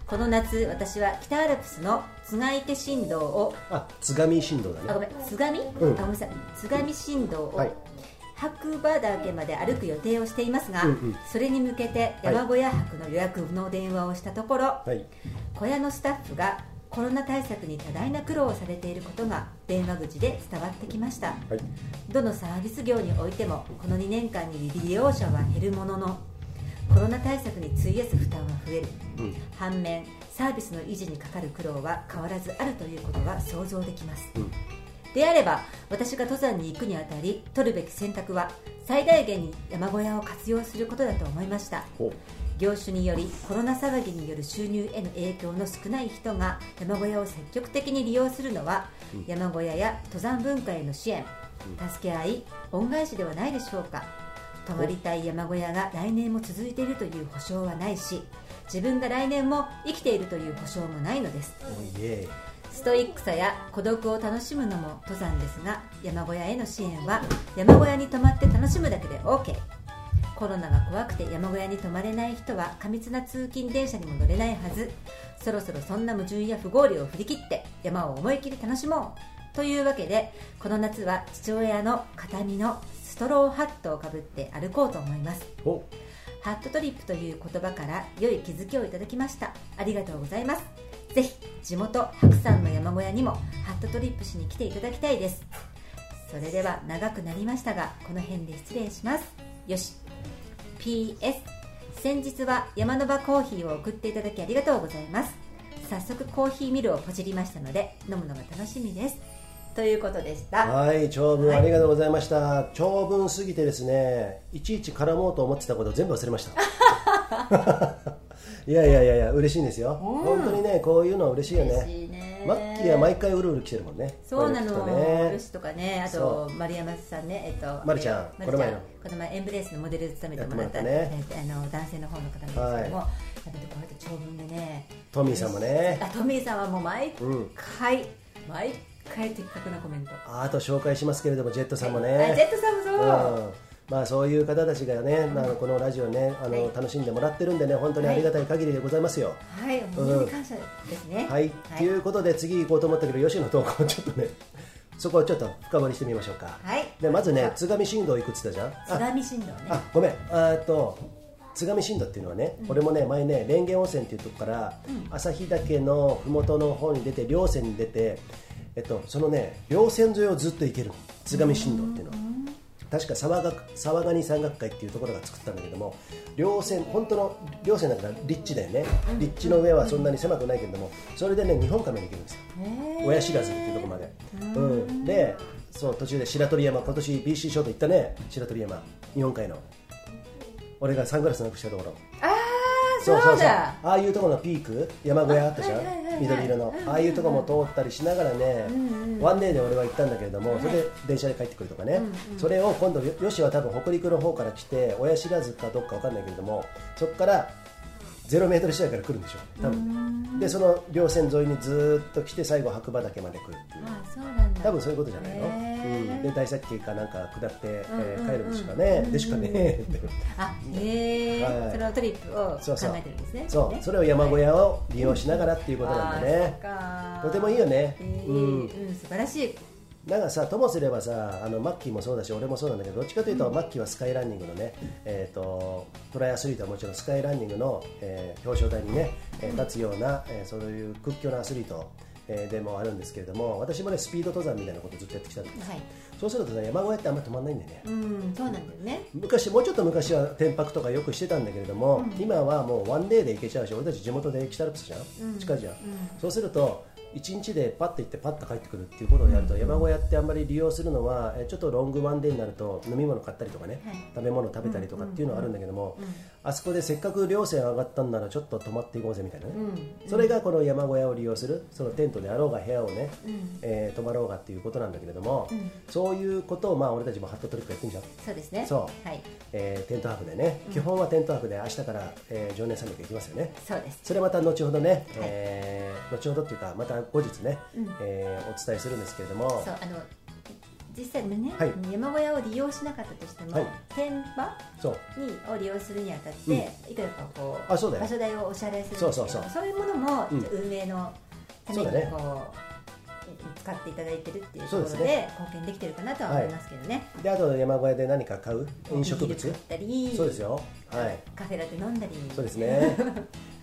この夏私は北アルプスの津賀池新道を
あ津上振動だね
あごめん津上、
うん
あごめんなさい津上新道を、
はい
白馬岳まで歩く予定をしていますが、
うんうん
それに向けて山小屋泊の予約の電話をしたところ、
はい
小屋のスタッフがコロナ対策に多大な苦労をされていることが電話口で伝わってきました
はい
どのサービス業においてもこの2年間に利用者は減るもののコロナ対策に費やす負担は増える、
うん
反面サービスの維持にかかる苦労は変わらずあるということは想像できます、
うん
であれば私が登山に行くにあたり取るべき選択は最大限に山小屋を活用することだと思いました
ほ
業種によりコロナ騒ぎによる収入への影響の少ない人が山小屋を積極的に利用するのは、山小屋や登山文化への支援、助け合い恩返しではないでしょうか泊まりたい山小屋が来年も続いているという保証はないし自分が来年も生きているという保証もないのです
うおいえ
ストイックさや孤独を楽しむのも登山ですが山小屋への支援は山小屋に泊まって楽しむだけで OK コロナが怖くて山小屋に泊まれない人は過密な通勤電車にも乗れないはずそろそろそんな矛盾や不合理を振り切って山を思い切り楽しもうというわけでこの夏は父親の形見のストローハットをかぶって歩こうと思います
ほ
ハットトリップという言葉から良い気づきをいただきましたありがとうございますぜひ地元白山の山小屋にもハットトリップしに来ていただきたいですそれでは長くなりましたがこの辺で失礼しますよし PS 先日は山の場コーヒーを送っていただきありがとうございます早速コーヒーミルをポチりましたので飲むのが楽しみですということでした
はい長文
はい
ありがとうございました、長文すぎてですねいちいち絡もうと思ってたこと全部忘れました いやいやいやいや嬉しいんですよ、本当にねこういうのは嬉しいよ
嬉
ね
しいね
マッキーは毎回うるうる来てるもんね
そうな
こ
の、
ういう聞くと
漆とかね、あ
そ
と丸山さんね、えっと、
丸ちゃん
えー
この前の
丸ちゃんこの前エンブレースのモデル務めてもらった
やってもらった
えーあの男性の方の方なんですけども、
はい
やっぱりこうやって長文でね、
トミーさんもね
あトミーさんはもう毎
うん
回、毎回的確なコメント。
あと紹介しますけれどもジェットさんも
あジェ
ね
ットさんもそう。
うんまあそういう方たちがね、あのこのラジオねあの、
はい
楽しんでもらってるんでね本当にありがたい限りでございますよ、
はい、本当に感謝ですね。
はい、ということで次行こうと思ったけど吉野の投稿をちょっとねそこをちょっと深掘りしてみましょうか、
はい
でまずね津上振動いくつだじゃん
津
あ
波振動ね。
あごめんあーっと津上振動っていうのはね、俺もね前ね蓮華温泉っていうとこから、旭岳の麓の方に出て稜線に出て、えっと、そのね稜線沿いをずっと行けるの津上振動っていうのは。確か沢が沢谷山岳会っていうところが作ったんだけども稜線本当の稜線だから立地だよね立地の上はそんなに狭くないけれどもそれでね日本海まで行けるんですよ親知らずっていうところまで、うん、でそう途中で白鳥山今年 BC ショート行ったね白鳥山日本海の俺がサングラスなくしたところ
ああ、そうだ。
ああいうところのピーク山小屋あったじゃん、
あはいはいはいはい
緑色のああいうところも通ったりしながらね、ワンデーで俺は行ったんだけれども、それで電車で帰ってくるとかね、それを今度よしは多分北陸の方から来て親知らずかどっかわかんないけれどもそこから0メートル地帯から来るんでしょ多分でその稜線沿いにずーっと来て最後白馬岳まで来るっていう
ああ、そうなんだ。
多分そういうことじゃないの、うん、で大殺かなんか下って、えー帰るんでしかね、でしかねって
あ、へえ、
はい
そのトリップを
そうそう
考えてるんですね。
そう、
ね
それを山小屋を利用しながらっていうことなんだね。
あーそっか
とてもいいよね。
えー
うん。
うん、素晴らしい。
なんかさともすればさあのマッキーもそうだし俺もそうなんだけどどっちかというと、マッキーはスカイランニングのね、えー、とトライアスリートはもちろんスカイランニングの、えー表彰台にね、えー立つような、えーそういう屈強なアスリート、えーでもあるんですけれども私もねスピード登山みたいなことずっとやってきたんです、
はい。
そうするとね山小屋ってあんまり止まんないんだよね、
うん、そうなんだよね。
昔もうちょっと昔は天泊とかよくしてたんだけれども、今はもうワンデーで行けちゃうし俺たち地元で北アルプスじゃん、近いじゃん、そうすると1日でパッと行ってパッと帰ってくるっていうことをやると、山小屋ってあんまり利用するのはえちょっとロングワンデーになると飲み物買ったりとかね、
はい
食べ物食べたりとかっていうのはあるんだけども、あそこでせっかく稜線上がったんならちょっと泊まっていこうぜみたいなね、それがこの山小屋を利用するそのテントであろうが部屋をね、
うん
えー泊まろうがっていうことなんだけれども、
うん
そういうことをまあ俺たちもハットトリックやってんじゃん、
そうですね
そ
はい
えーテント泊でね、基本はテント泊で明日から、えー、常年山脈行きますよね
そうです
それまた後ほどね、えー後ほどっていうかまた後日ね、
うん
えーお伝えするんですけれども
そうあの実際ね、
はい
山小屋を利用しなかったとしても、
はい
天場
そう
にを利用するにあたって、いくらかこう
あそうだよ
場所代をお支払いするんですけど
そうそうそう
いうものも、
うん
運営のために
そうだね
こう使っていただいてるっていうとこ
そう
ろ
で
です
ね
貢献できてるかなとは思いますけどね、
であと山小屋で何か買う飲食
ビール
物
買ったり
そうですよはい
カフェラテ飲んだり
そうです ね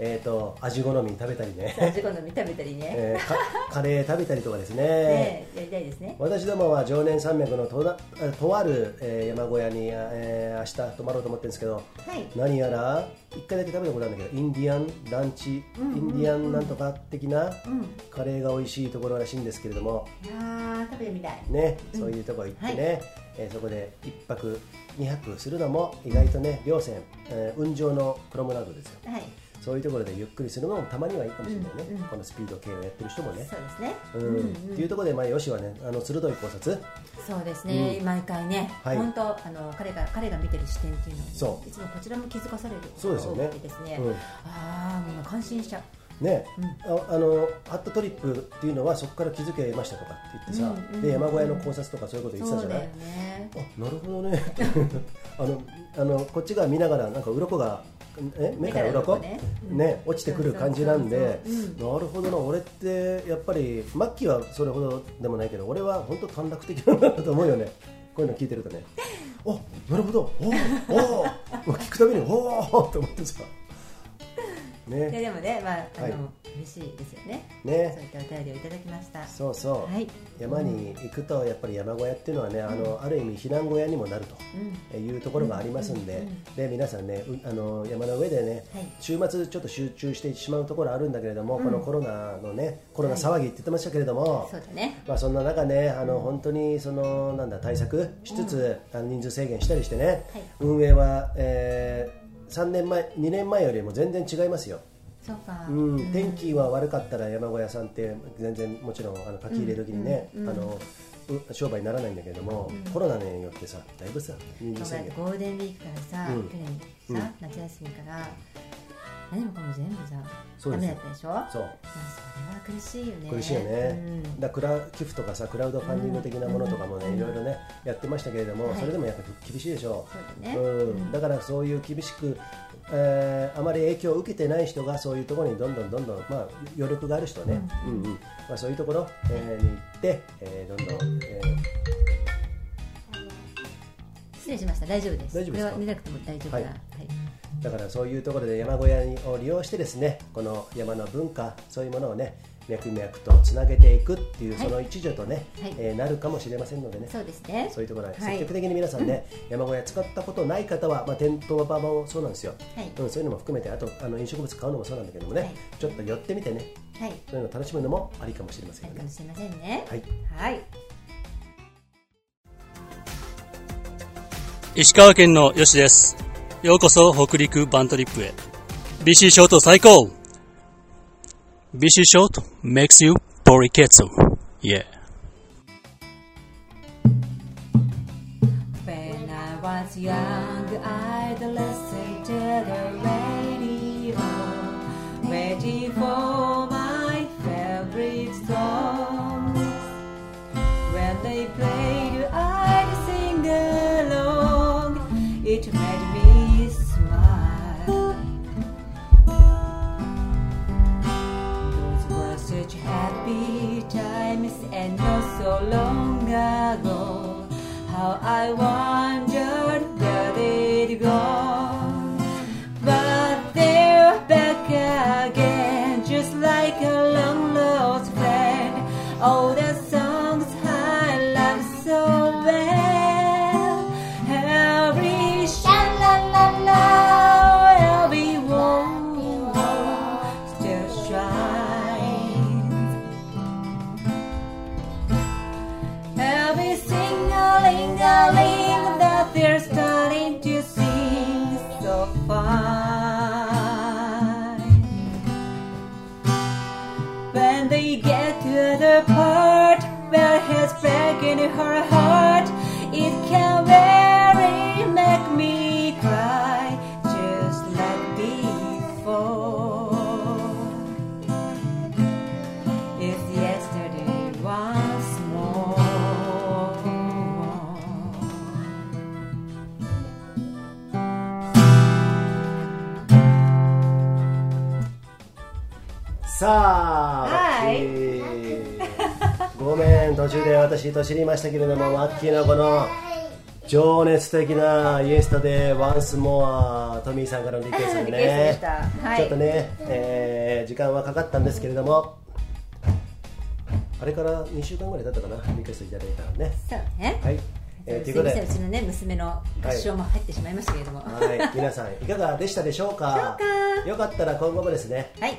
えっと味好み食べたりね、
ジコの見た目たりね、
えーかカレー食べたりとかですね
ねやりたいですね
私どもは常年山脈のとだとある、えー山小屋に、えー明日泊まろうと思ってるんですけど
はい
何やら一回だけ食べたことあるんだけどインディアンランチ、
うんうん
インディアンなんとか的な
うん
カレーが美味しいところらしいんですけれども
いやー食べてみたい
ねそういうとこ行ってね、えーそこで1泊2泊するのも意外とね稜線、えー雲上のプロムラードですよ
はい
そういうところでゆっくりするのもたまにはいいかもしれないね、
うんうん
このスピード系をやってる人もね
そうですね
うんっていうところで、まあ、よしはねあの鋭い考察
そうですね、
う
毎回ね、
はい
本当あの彼が彼が見てる視点っていうのはね、
そう
いつもこちらも気づかされること
そうですよね
が多くてですね、
うん
ああもう感心しちゃう。
ね、ああのハットトリップっていうのはそこから気づき得ましたとかって言ってさ、
うんうん
で山小屋の考察とかそういうこと言って
そ
たじ
う
ゃな
だ
い
よね。
あなるほどね あのあのこっちが見ながらなんか鱗がえ目から鱗
目から
ね
鱗ねうん
落ちてくる感じなんで、
そうそうそう
なるほどな俺ってやっぱりマッキーはそれほどでもないけど俺は本当短絡的なんだなと思うよねこういうの聞いてると ねあなるほどおーおーもう 聞くたびにおおと思ってさ
いや
ね
でもねまああの、
はい
嬉しいですよね。そう
ね
いったお便りをいただきました。
そうそう、
はい
山に行くとやっぱり山小屋っていうのはねあのある意味避難小屋にもなると。
うん
いうところがありますんで、で皆さんね、うあの山の上でね、
はい
週末ちょっと集中してしまうところあるんだけれども、このコロナのね、コロナ騒ぎって言ってましたけれども、
そうだね。
まあそんな中ね、あの本当にそのなんだ対策しつつ、あの人数制限したりしてね、運営は、え3年前、2年前よりも全然違いますよ。
そうか。
うん、天気は悪かったら山小屋さんって全然もちろんあの書き入れ時にね、あのう商売にならないんだけれども、コロナによってさだいぶさ人数
そう
制
だって
限
ゴールデンウィークからさ、
うん
去年さ、夏休みから何もかも全部さ
そう
ダ
です
メ
よ
だったでしょ。まあ
そう
それは苦しいよね。
苦しいよね、
うん
だクラ寄付とかさクラウドファンディング的なものとかもね、いろいろねやってましたけれども、
はい
それでもやっぱ厳しいでしょ
そうだね
んだからそういう厳しく、えーあまり影響を受けてない人がそういうところにどんどんどんどん、まあ、余力がある人はね、うんうんまあ、そういうところ、えーに行って、えーどんどん、えー
失礼しました。大丈夫です。
大丈夫ですか
これは見なくても大丈夫な。
はい
はい
だからそういうところで山小屋を利用してですねこの山の文化そういうものをね脈々とつなげていくっていう
はい
その一助とね、
はい
えーなるかもしれませんのでね、
そうですね。
そういうところは
はい
積極的に皆さんね、 山小屋使ったことない方は、まあ、店頭場もそうなんですよ、
はい
うん、そういうのも含めてあとあの飲食物買うのもそうなんだけどもね、
はい
ちょっと寄ってみてね
はい。
そういうのを楽しむのもありかもしれませ
あ
んよ
るか
ね
もしれませんね。
はい
はい。
石川県のよしです。ようこそ北陸バントリップへ。BC ショート最高 !BC ショート makes you p o r i k e t s o Yeah.
When I was young, I'd listen to the radio, waiting for my favorite songs. When they played, I'd sing along. It made me smile. Those were such happy times and not so long ago. How I wondered where they'd gone. But they're back again, just like a long lost friend. All the songs I love so well. Every sha la la la, every one still shines. Every single-ling-a-ling that they're starting to sing so fine. When they get to
さあ、
はい
えーごめん途中で私と知りましたけれどもマッキーのこの情熱的なイエスタでワンスモアトミーさんからのリクエストで
リクエ
ね
ストでしたはい
ちょっとね、えー時間はかかったんですけれどもあれから2週間ぐらい経ったかなリクエストいただいたのね
そうね、
はい、えーとい
す
う
み
こ
ま
と
せん
で
うちのね娘の合唱も入ってしまいましたけれどもはい、
はい、皆さんいかがでしたでしょうか
そうか
よかったら今後もですね
はい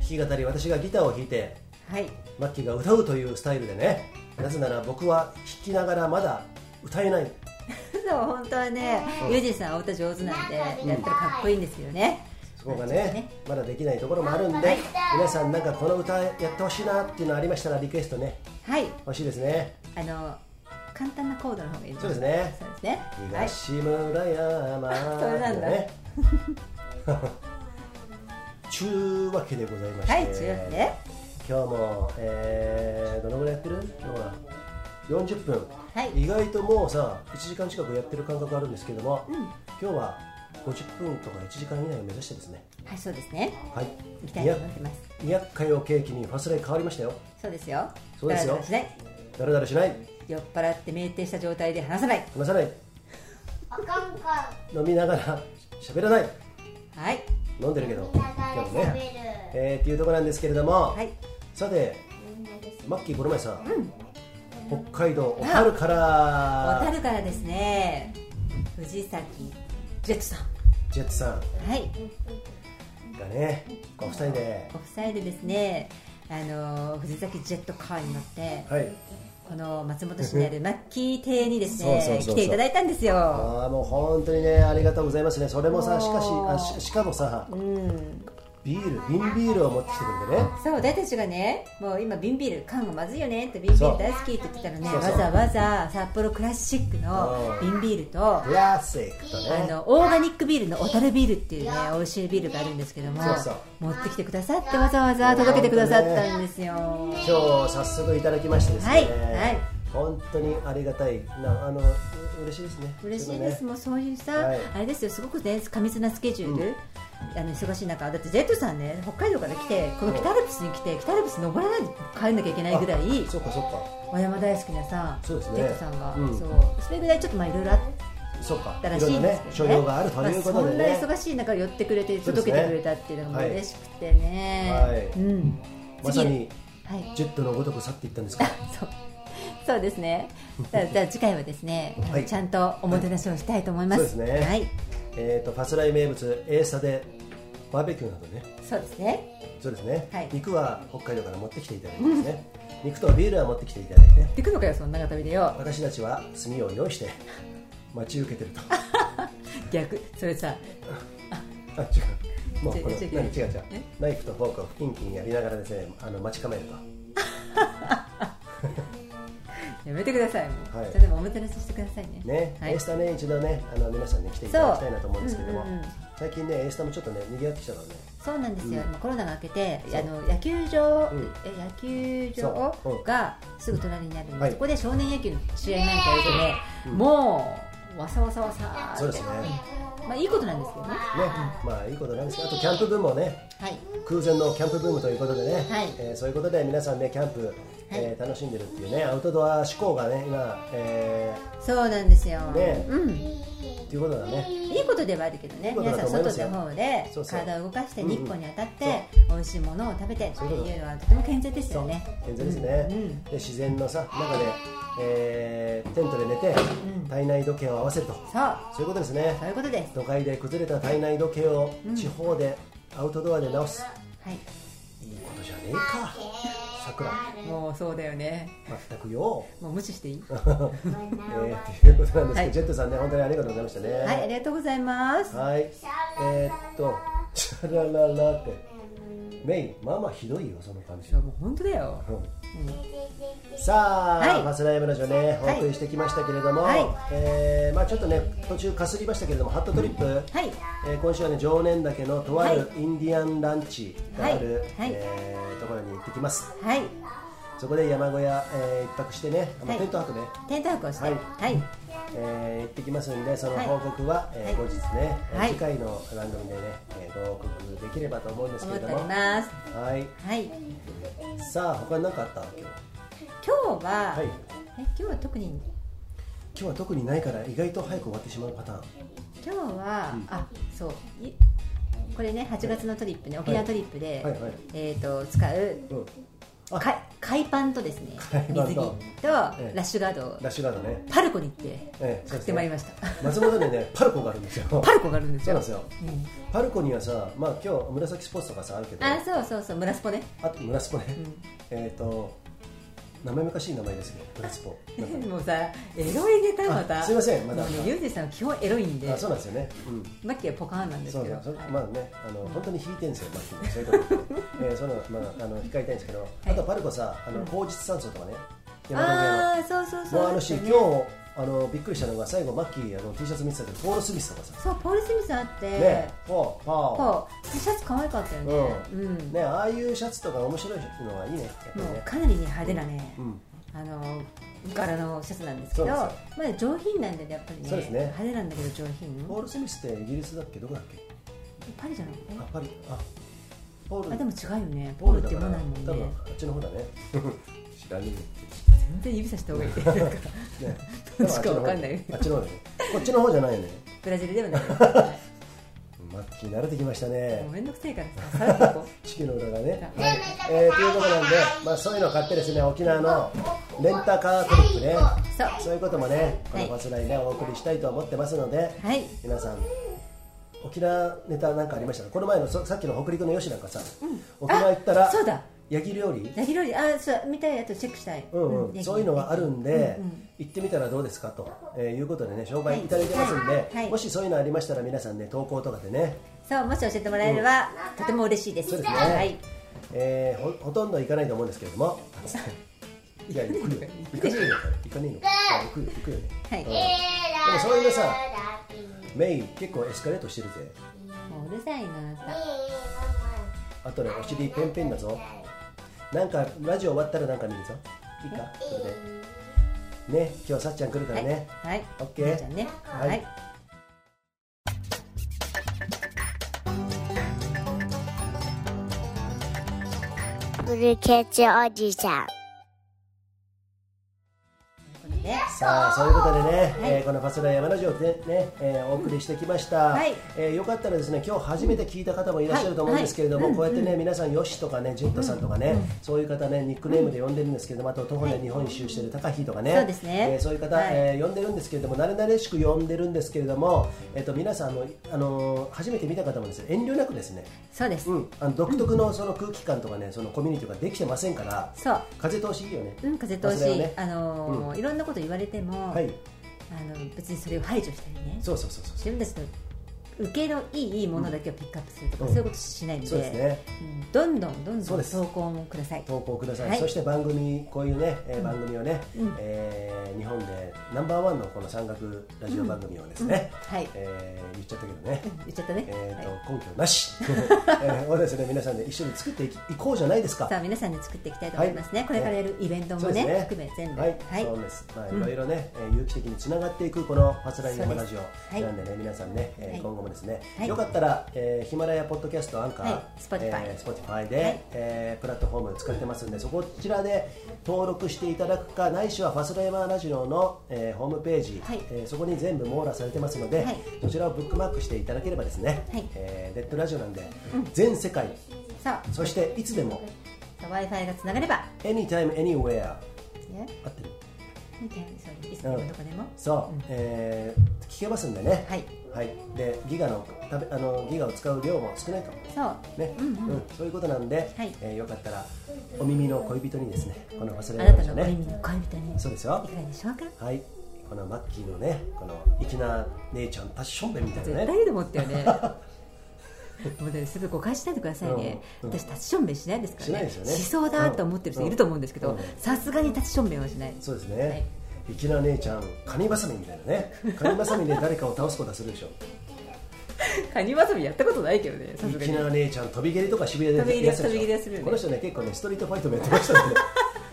弾き語り私がギターを弾いてマッキーが歌うというスタイルでねなぜなら僕は弾きながらまだ歌えない
そう本当はね、ユージさんは歌上手なんでやったらかっこいいんですけどね、
そこが
そうで
ね
すね
まだできないところもあるんで皆さんなんかこの歌やってほしいなっていうのありましたらリクエストね
はい
欲しいですね
あの簡単なコードの方がいい
そうですね
そうですねはい
東村山
それなんだ
ね ちゅうわけでございまして、
はい中学で
今日も、えーどのぐらいやってる今日は40分、
はい
意外ともうさ1時間近くやってる感覚あるんですけども、今日は50分とか1時間以内を目指してですね
はいそうですね
はい
行きたいと思ってます
200回を契機にファスライ変わりましたよ
そうですよ
そうですよ
だらだらしな
だ
い
らだらしない
酔っ払って酩酊した状態で話さない
話さない飲みながら 喋らない
はい
飲んでるけど今日もね、
ね。
えーっていうところなんですけれども、
はい
さてマッキーこの前さ、北海道小樽から
小樽からですね藤崎ジェットさん
ジェッツさん
はい
がねお二人で
ご夫妻でですねあの藤崎ジェットカーに乗って
はい
この松本市にあるマッキー邸にです
そうそうそう
ね
そう
来ていただいたんですよ
ああもう本当にねありがとうございますねそれもさしかし
もう
あししかもさ
うん
ビール瓶ビールを持ってきてくれてね
そう私たちがねもう今瓶ビール缶がまずいよねって瓶ビー
そう
ル大好きって言ってたらね
そう
わ
そう
ざわざ札幌クラシックの瓶ビールと
クラシックと
あ
ね
のオーガニックビールの小樽ビールっていうね美味しいビールがあるんですけども
そうそう
持ってきてくださってわざわざ届けてくださったんですよ、
今日早速いただきましてですね、
はいはい
本当にありがたいなあのう嬉しいですね
嬉しいです、
ね
もうそういうさ、
はい
あれですよすごくね過密なスケジュール、あの忙しい中だって Z さんね北海道から来てこの北アルプスに来て北アルプス登らないで帰んなきゃいけないぐらい
あそっかそっか
お山大好きなさ
そうですね
Z さんが、
うん
そうそれぐらいちょっとまあいろいろあっ
そっか
たら
い
し
ろ
い
んなん
です
ね
け
所
どね
要があるということでね、
まあそんな忙しい中寄ってくれて
そうですね
届けてくれたっていうのがもう嬉しくてね、
はい
うん
まさに
はい
ジェットのごとく去っていったんですか
そうそうですね。 じゃあじゃあ次回はですね、あの
はい
ちゃんとおもてなしをしたいと思います。
そうですね
はい、
えー、とファスライ名物エーサでバーベキューなどね
そうですね。
そうですね、
はい
肉は北海道から持ってきていただいてですね肉とビールは持ってきていただいて
行くのかよそんな長旅でよ。
私たちは炭を用意 して待ち受けてると
逆それさ、
あ違うもうこれ
違う違う
何違う違う
え
ナイフとフォークをキンキンやりながらですねあの待ち構える
やめてくださいもう。
はい
それでもおもてなししてください
と
ね。
ね、
はい
エースタね一度ねあの皆さんに来ていただきたいなと思うんですけども、
そううんうんうん
最近ねエースタもちょっとね賑わってきたからね
そうなんですよ。
うん
今コロナが明けて、
そう
あの野球場、
うん
え野球場
そううん
がすぐ隣になるんで、
はい
そこで少年野球の試合なんかやるとね、もうわさわさわさ
そうですね
まあいいことなんですけどね。
ね、まあいいことなんですけどあとキャンプ分もね
はい。
空前のキャンプブームということでね、
はい
えーそういうことで皆さんねキャンプ、えー楽しんでるっていうねアウトドア志向がね今、え
そうなんですよ。
ね
うん。
ーっていうことだね
いいことではあるけど
いい
ね、
こと
皆
だと
さん、
思いま
外
すよ
の方で
そうそう
体を動かして日光に当たって
うんうん、
美味しいものを食べてって
そういうこと
いうのは、とても健全ですよね。
健全ですね、
うんうん
で自然のさ中で、えーテントで寝て、体内時計を合わせると
そう、
そういうことですね
そういうことです。
都会で崩れた体内時計を地方で、アウトドアで直す
はい
いことじゃねえかさくら
もうそうだよね。
全くよ、
もう無視していいは
えー、ということなんですけど、
はい
ジェットさんね本当にありがとうございましたね
い、ありがとうございます。
はい。えーっと、チャラララって。メイ、まあまあひどいよ、その感じ。
いやもう本当だよ。
うんさあ、
はい
ファスライブラジオね、お
はい
送りしてきましたけれども、
はい
えーまあちょっとね、途中かすりましたけれども、ハットトリップ、
はい、
えー今週はね、常念岳のとあ
は
るインディアンランチがある、
はいはい
えーところに行ってきます。
はい、
そこで山小屋、えー一泊してね、ま
は
あ、
い
テント泊ね、
テント泊をして
は
はいい、
えー行ってきますんでその
はい
報告は、えー
は
後日
い
ね、えー
はい
次回の番組でね、えーご報告できればと思うんですけ
思っ
れ
て
ど
お
も
ります
はい
はい
さあ他に何かあった今日
今日は、
はい
え今日は特に
今日は特にないから意外と早く終わってしまうパターン
今日は、あそういこれね8月のトリップね、沖縄トリップで、
はいはい
えー、と使う
うんあ
か海パンとですね
海パンと
水着と
ええ
ラッシュガードを
ラッシュガードね
パルコに行って
ええそう
買
で
っ
す
て
ね
まいりました、
松本にはねパルコがあるんですよ
パルコがあるんです
そうな
よ
んですよ
うん
パルコにはさまあ今日紫スポーツとかさあるけど
あそうそうそう村スポね
あと村スポね、えっ、と名前昔い名前ですよ村スポなんかね
もうさエロいネタまた
あすいませんまだ
もうねユージさんは基本エロいんで
あそうなんですよね、うん、
マッキーはポカーンなんです
そう
け
そ
ど
うそう
はい
まあねあの、本当に引いてんですよマッキーそういうとこ、えー、そういうの、まあ、あの控えたいんですけど、あとパルコさあの高実酸素とかね山の上の
ああそうそうそう
もうあのし、
です
今
よね
日あのびっくりしたのが最後マッキーあの T シャツ見てたけどポール・スミスとかさ
そうポール・スミスあって、
ねポーパ
こう T シャツ可愛かったよね
う
うん、
ーねああいうシャツとか面白いのがいいねやっぱり
もう
ね
かなりね派手なね、
うん
あの柄のシャツなんですけど
そう
ま
で
あ上品なんでねやっぱり
そうで
ね
すね
派手なんだけど上
ポー
品
ル・スミスってイギリスだっけどこだっけ
パリじゃなく
あ
て
パリあポール
あでも違うよね
ポ
ポ
ー
ー
ルだか
ルって
ら
言わないもん
多分あ
ね
っちの方だ ね知らね
全然指さした方がいいってなんか
え ね
どっちかわかんない
あっちの方だねこっちの方じゃないね
ブラジルではないから
マッキー慣れてきました
もう
ね
めんどくせえからささらっとこ
地球の裏がね、はいえーということなんで、まあ、そういうのを買ってですね沖縄のレンタカートリップね
うそう
そういうこともね、こ
は
の
い
バスライでお送りしたいと思ってますので、
はい
皆さん、沖縄ネタなんかありましたかこの前のそさっきの北陸の吉なんかさ、沖縄行ったら
あそうだ
ヤギ料理、
ヤギ料理あそう見たいやつチェックしたい
うんうん
ヤギ
そういうのがあるんで、
うんうん
行ってみたらどうですかと、えーいうことでね、紹介いただいてますんで、
はいはい
もしそういうのありましたら、皆さんね、投稿とかでね、
そうもし教えてもらえればとても嬉しいです
そうですね
はい
えーほほとんど行かないと思うんですけれども、いや、行くよ、行かねえよ、行かねえの、あ行くよ、行くよね。
はい
うんでもそういうさ、メイン結構エスカレートしてるぜ。
もううるさいなあなた
あとね、お尻ペンペンだぞ。なんか、ラジオ終わったらなんか見るぞ。いいかそれで。ね、今日さっちゃん来るからね。
はいはい
オッケー
まーちゃんね
はい
はい
ブルーケツおじさん。
ということで
さあ、そういうことでね、えーこのパスラ山の城でね、えーお送りしてきました。
はい
えーよかったらですね、今日初めて聞いた方もいらっしゃると思うんですけれども、こうやってね、皆さん、ヨシとかね、ジェットさんとかね、そういう方ね、ニックネームで呼んでるんですけど、あと、徒歩で日本一周してる高飛とかね、
そうですね
えーそういう方、
はい
えー呼んでるんですけれども、慣れ慣れしく呼んでるんですけれども、えっ、と、皆さん、あの、あのー初めて見た方もですね、遠慮なくですね、
そうです
うん、あの独特のその空気感とかね、そのコミュニティができてませんから、
そう
風通しいいよね。
うん風通
それは
し、
ね
あのーいろんなこと言われても、
はい、
あの別にそれを排除したりね
そうそうそうそう。
自分たちの受けのいいものだけをピックアップするとか、
うん
そういうことしないので
そうですね。
うんどんどんどん
そ
ど
うんです
投稿もください
投稿ください、
はい
そして番組こういうね、えー番組をね、
うん
えー日本でナンバーワンのこの山岳ラジオ番組をですね、
うんはい
えー言っちゃったけどね、
言っちゃったね、
えーと
は
根
い
拠なし、 えー、をですね皆さんで一緒に作っていきいこうじゃないですか
さあ皆さんで作っていきたいと思いますね、
はい
これからやるイベントもね
そうです
含め全部
はい、
はい
そうです、まあ、いろいろね、えー有機的につながっていくこの「パスライン山ラジオ」
そうですはい
なんでね皆さんね、えー
はい
今後もですね、
はい
よかったら、えーヒマラヤポッドキャストアンカー、
はい Spotify
えー Spotify で、
はい
えープラットフォーム使ってますんでそこちらで登録していただくかないしは「パスライマラジオの」えーホームページ、
はい
えーそこに全部網羅されてますので、
はい
そちらをブックマークしていただければですね、
はい
えーネットラジオなんで、全世界
さあ
そしていつでも
w i f i がつながれば
Anytime Anywhere
ね
合ってる
見てそういつでもどこでも、
そう、えー聞けますんでね、
はい
でギガの食べあのギガを使う量も少ないと、
そう
ねうんそういうことなんで、
はい
えーよかったらお耳の恋人にですねこの忘
あ
れ
な
られま
たのお
ね
耳の恋人にい
そうですよ
かがでしょうか
はいこのマッキーのねこの粋な姉ちゃんパッションベみたい
絶
な
対
ね
いるもった よねもうねすぐ誤解しないでくださいね、
うんうん
私立ちションベンしないですから
しない
ね
ですよね
そうだと思ってる人いると思うんですけ
う
ど
ん
さすがに立ちションベンはしない
そうですね、
はい
粋な姉ちゃんカニバサミみたいなねカニバサミで誰かを倒すことはするでしょ
カニワサビやったことないけどねさすが
粋
に
な姉ちゃん飛び蹴りとか渋谷で
飛び蹴り
やってたでしょ
飛び蹴りはするよね
この人ね結構ねストリートファイトもやってましたので、ね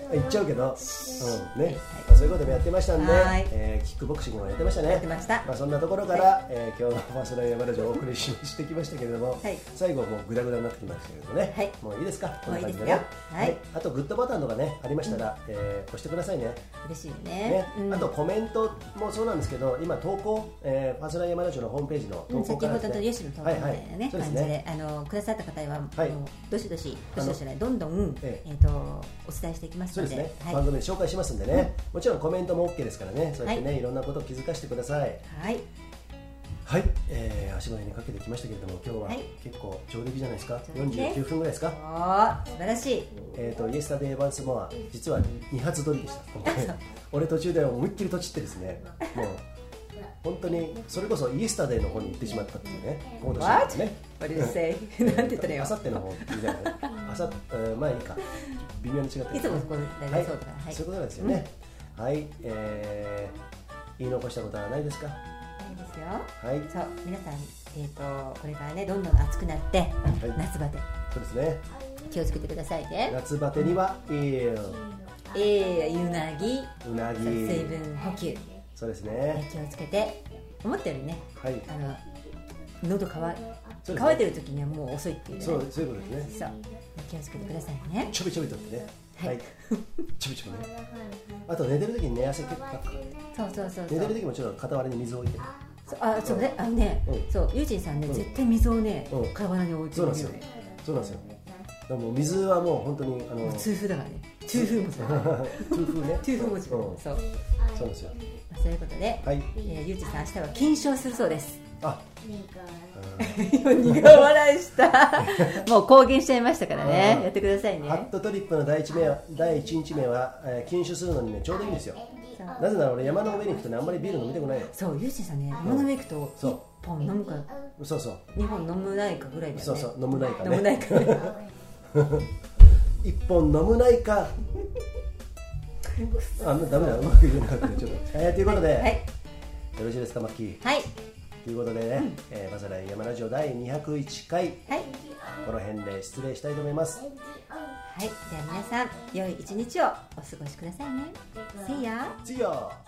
言っちゃうけど、うんねまあ、そういうこともやってましたんで
はい、
えーキックボクシングもやってましたね
やってました
あ、そんなところから、えー今日のファーストラインバラジオをお送りししてきましたけれども、
はい
最後もうグダグダになってきましたけれどもね、
はい
もういいですかこんな感じで
もういいです
ね
よはい
あとグッドボタンとかねありましたら、えー押してくださいね
嬉しいよね
ね
うん
あとコメントもそうなんですけど今投稿、えー、ファーストラインバラジオのホームページの
う
投
ん
稿
先
からで
ほ
す
ど
ね、
の吉野とみたいな
はいはい
ね
そうで
感
す
じであのくださった方はあ
はい
のどしどし
あ
ど
の
しどしねどんどん
ええ
えっとお伝えしていきます
そう
の
です
で
ね、
は
番
い
組で紹介しますんでね、もちろんコメントも OK ですからね、そうやってね、、
はい
ろんなことを気づかせてください。
はい
はい、えー、足早にかけてきましたけれども、今日は
はい
結構上出来じゃないですか、
上出来ね
49分ぐらいですか、
おー素晴らしい
えーと、イエスタデイ・エヴァンス・モア、実は2発撮りでした、今回 俺、途中で思いっきりとちってですね、もう本当にそれこそイエスタデイの方に行ってしまったっていうね、 行動したんですね。
What do you say? なんて言ったのよ
あさって の方みたいなね、あさって、うんまあいいか、微妙に違ってる
いつもそこ大
はい
体そうだからはい
そういうことなんですよね、はい、えー、言い残したことはないですか
いいですよ
はい
そう皆さん、えー、とこれからねどんどん暑くなって、夏バテ
そうですね
気をつけてくださいね
夏バテにはイー
えー、ゆなぎ
ルうなぎ
そう水分補給、
そうです
え
ね
ー気をつけて思ったよりね
はい
あの喉乾い
そうですね
乾いてる時にはもう遅いっていうね
そうそういうことですね
そう気をつけてくださいね
ちょびちょびとってね
はい
ちょびちょびねあと寝てる時に寝汗結構かくからね
そうそうそうそ
寝て
う
る時もちょっと片割れに水を置いてね
そうあそうねあのね、
うん
そうゆうちんさんね、絶対水をね、
うん
体に置いて
そう
る
な
よ
んですよ
ね
そうなんですよだからもう水はもう本当にあ
も
の
う痛風だからね痛風もそう
痛風ね
痛風も自分
うん
そ
そう
う、
なんですよ
まあ、そういうことで、
はい
えーゆうちさん明日は金賞するそ うです
あ
苦笑 いしたもう公言しちゃいましたからね
うん
やってくださいね
ハットトリップの第一名は第一日目は、えー禁酒するのにねちょうどいいんですよなぜなら俺山の上に行くとねあんまりビール飲みたくないの
そうゆうちさんね山の上行くと
そう
1本飲むか
そうそう
2本飲むないかぐらいだよね
そうそう飲むないかね
飲むない かね
一本飲むないかあダメだうまく言えなかったねちょっと、えーということで、
はい
よろしいですかマッキー
はい
ということでね、えーバサライン山ラジオ第201回
はい、
この辺で失礼したいと思います
はい、じゃあ皆さん良い一日をお過ごしくださいね See ya!
See ya!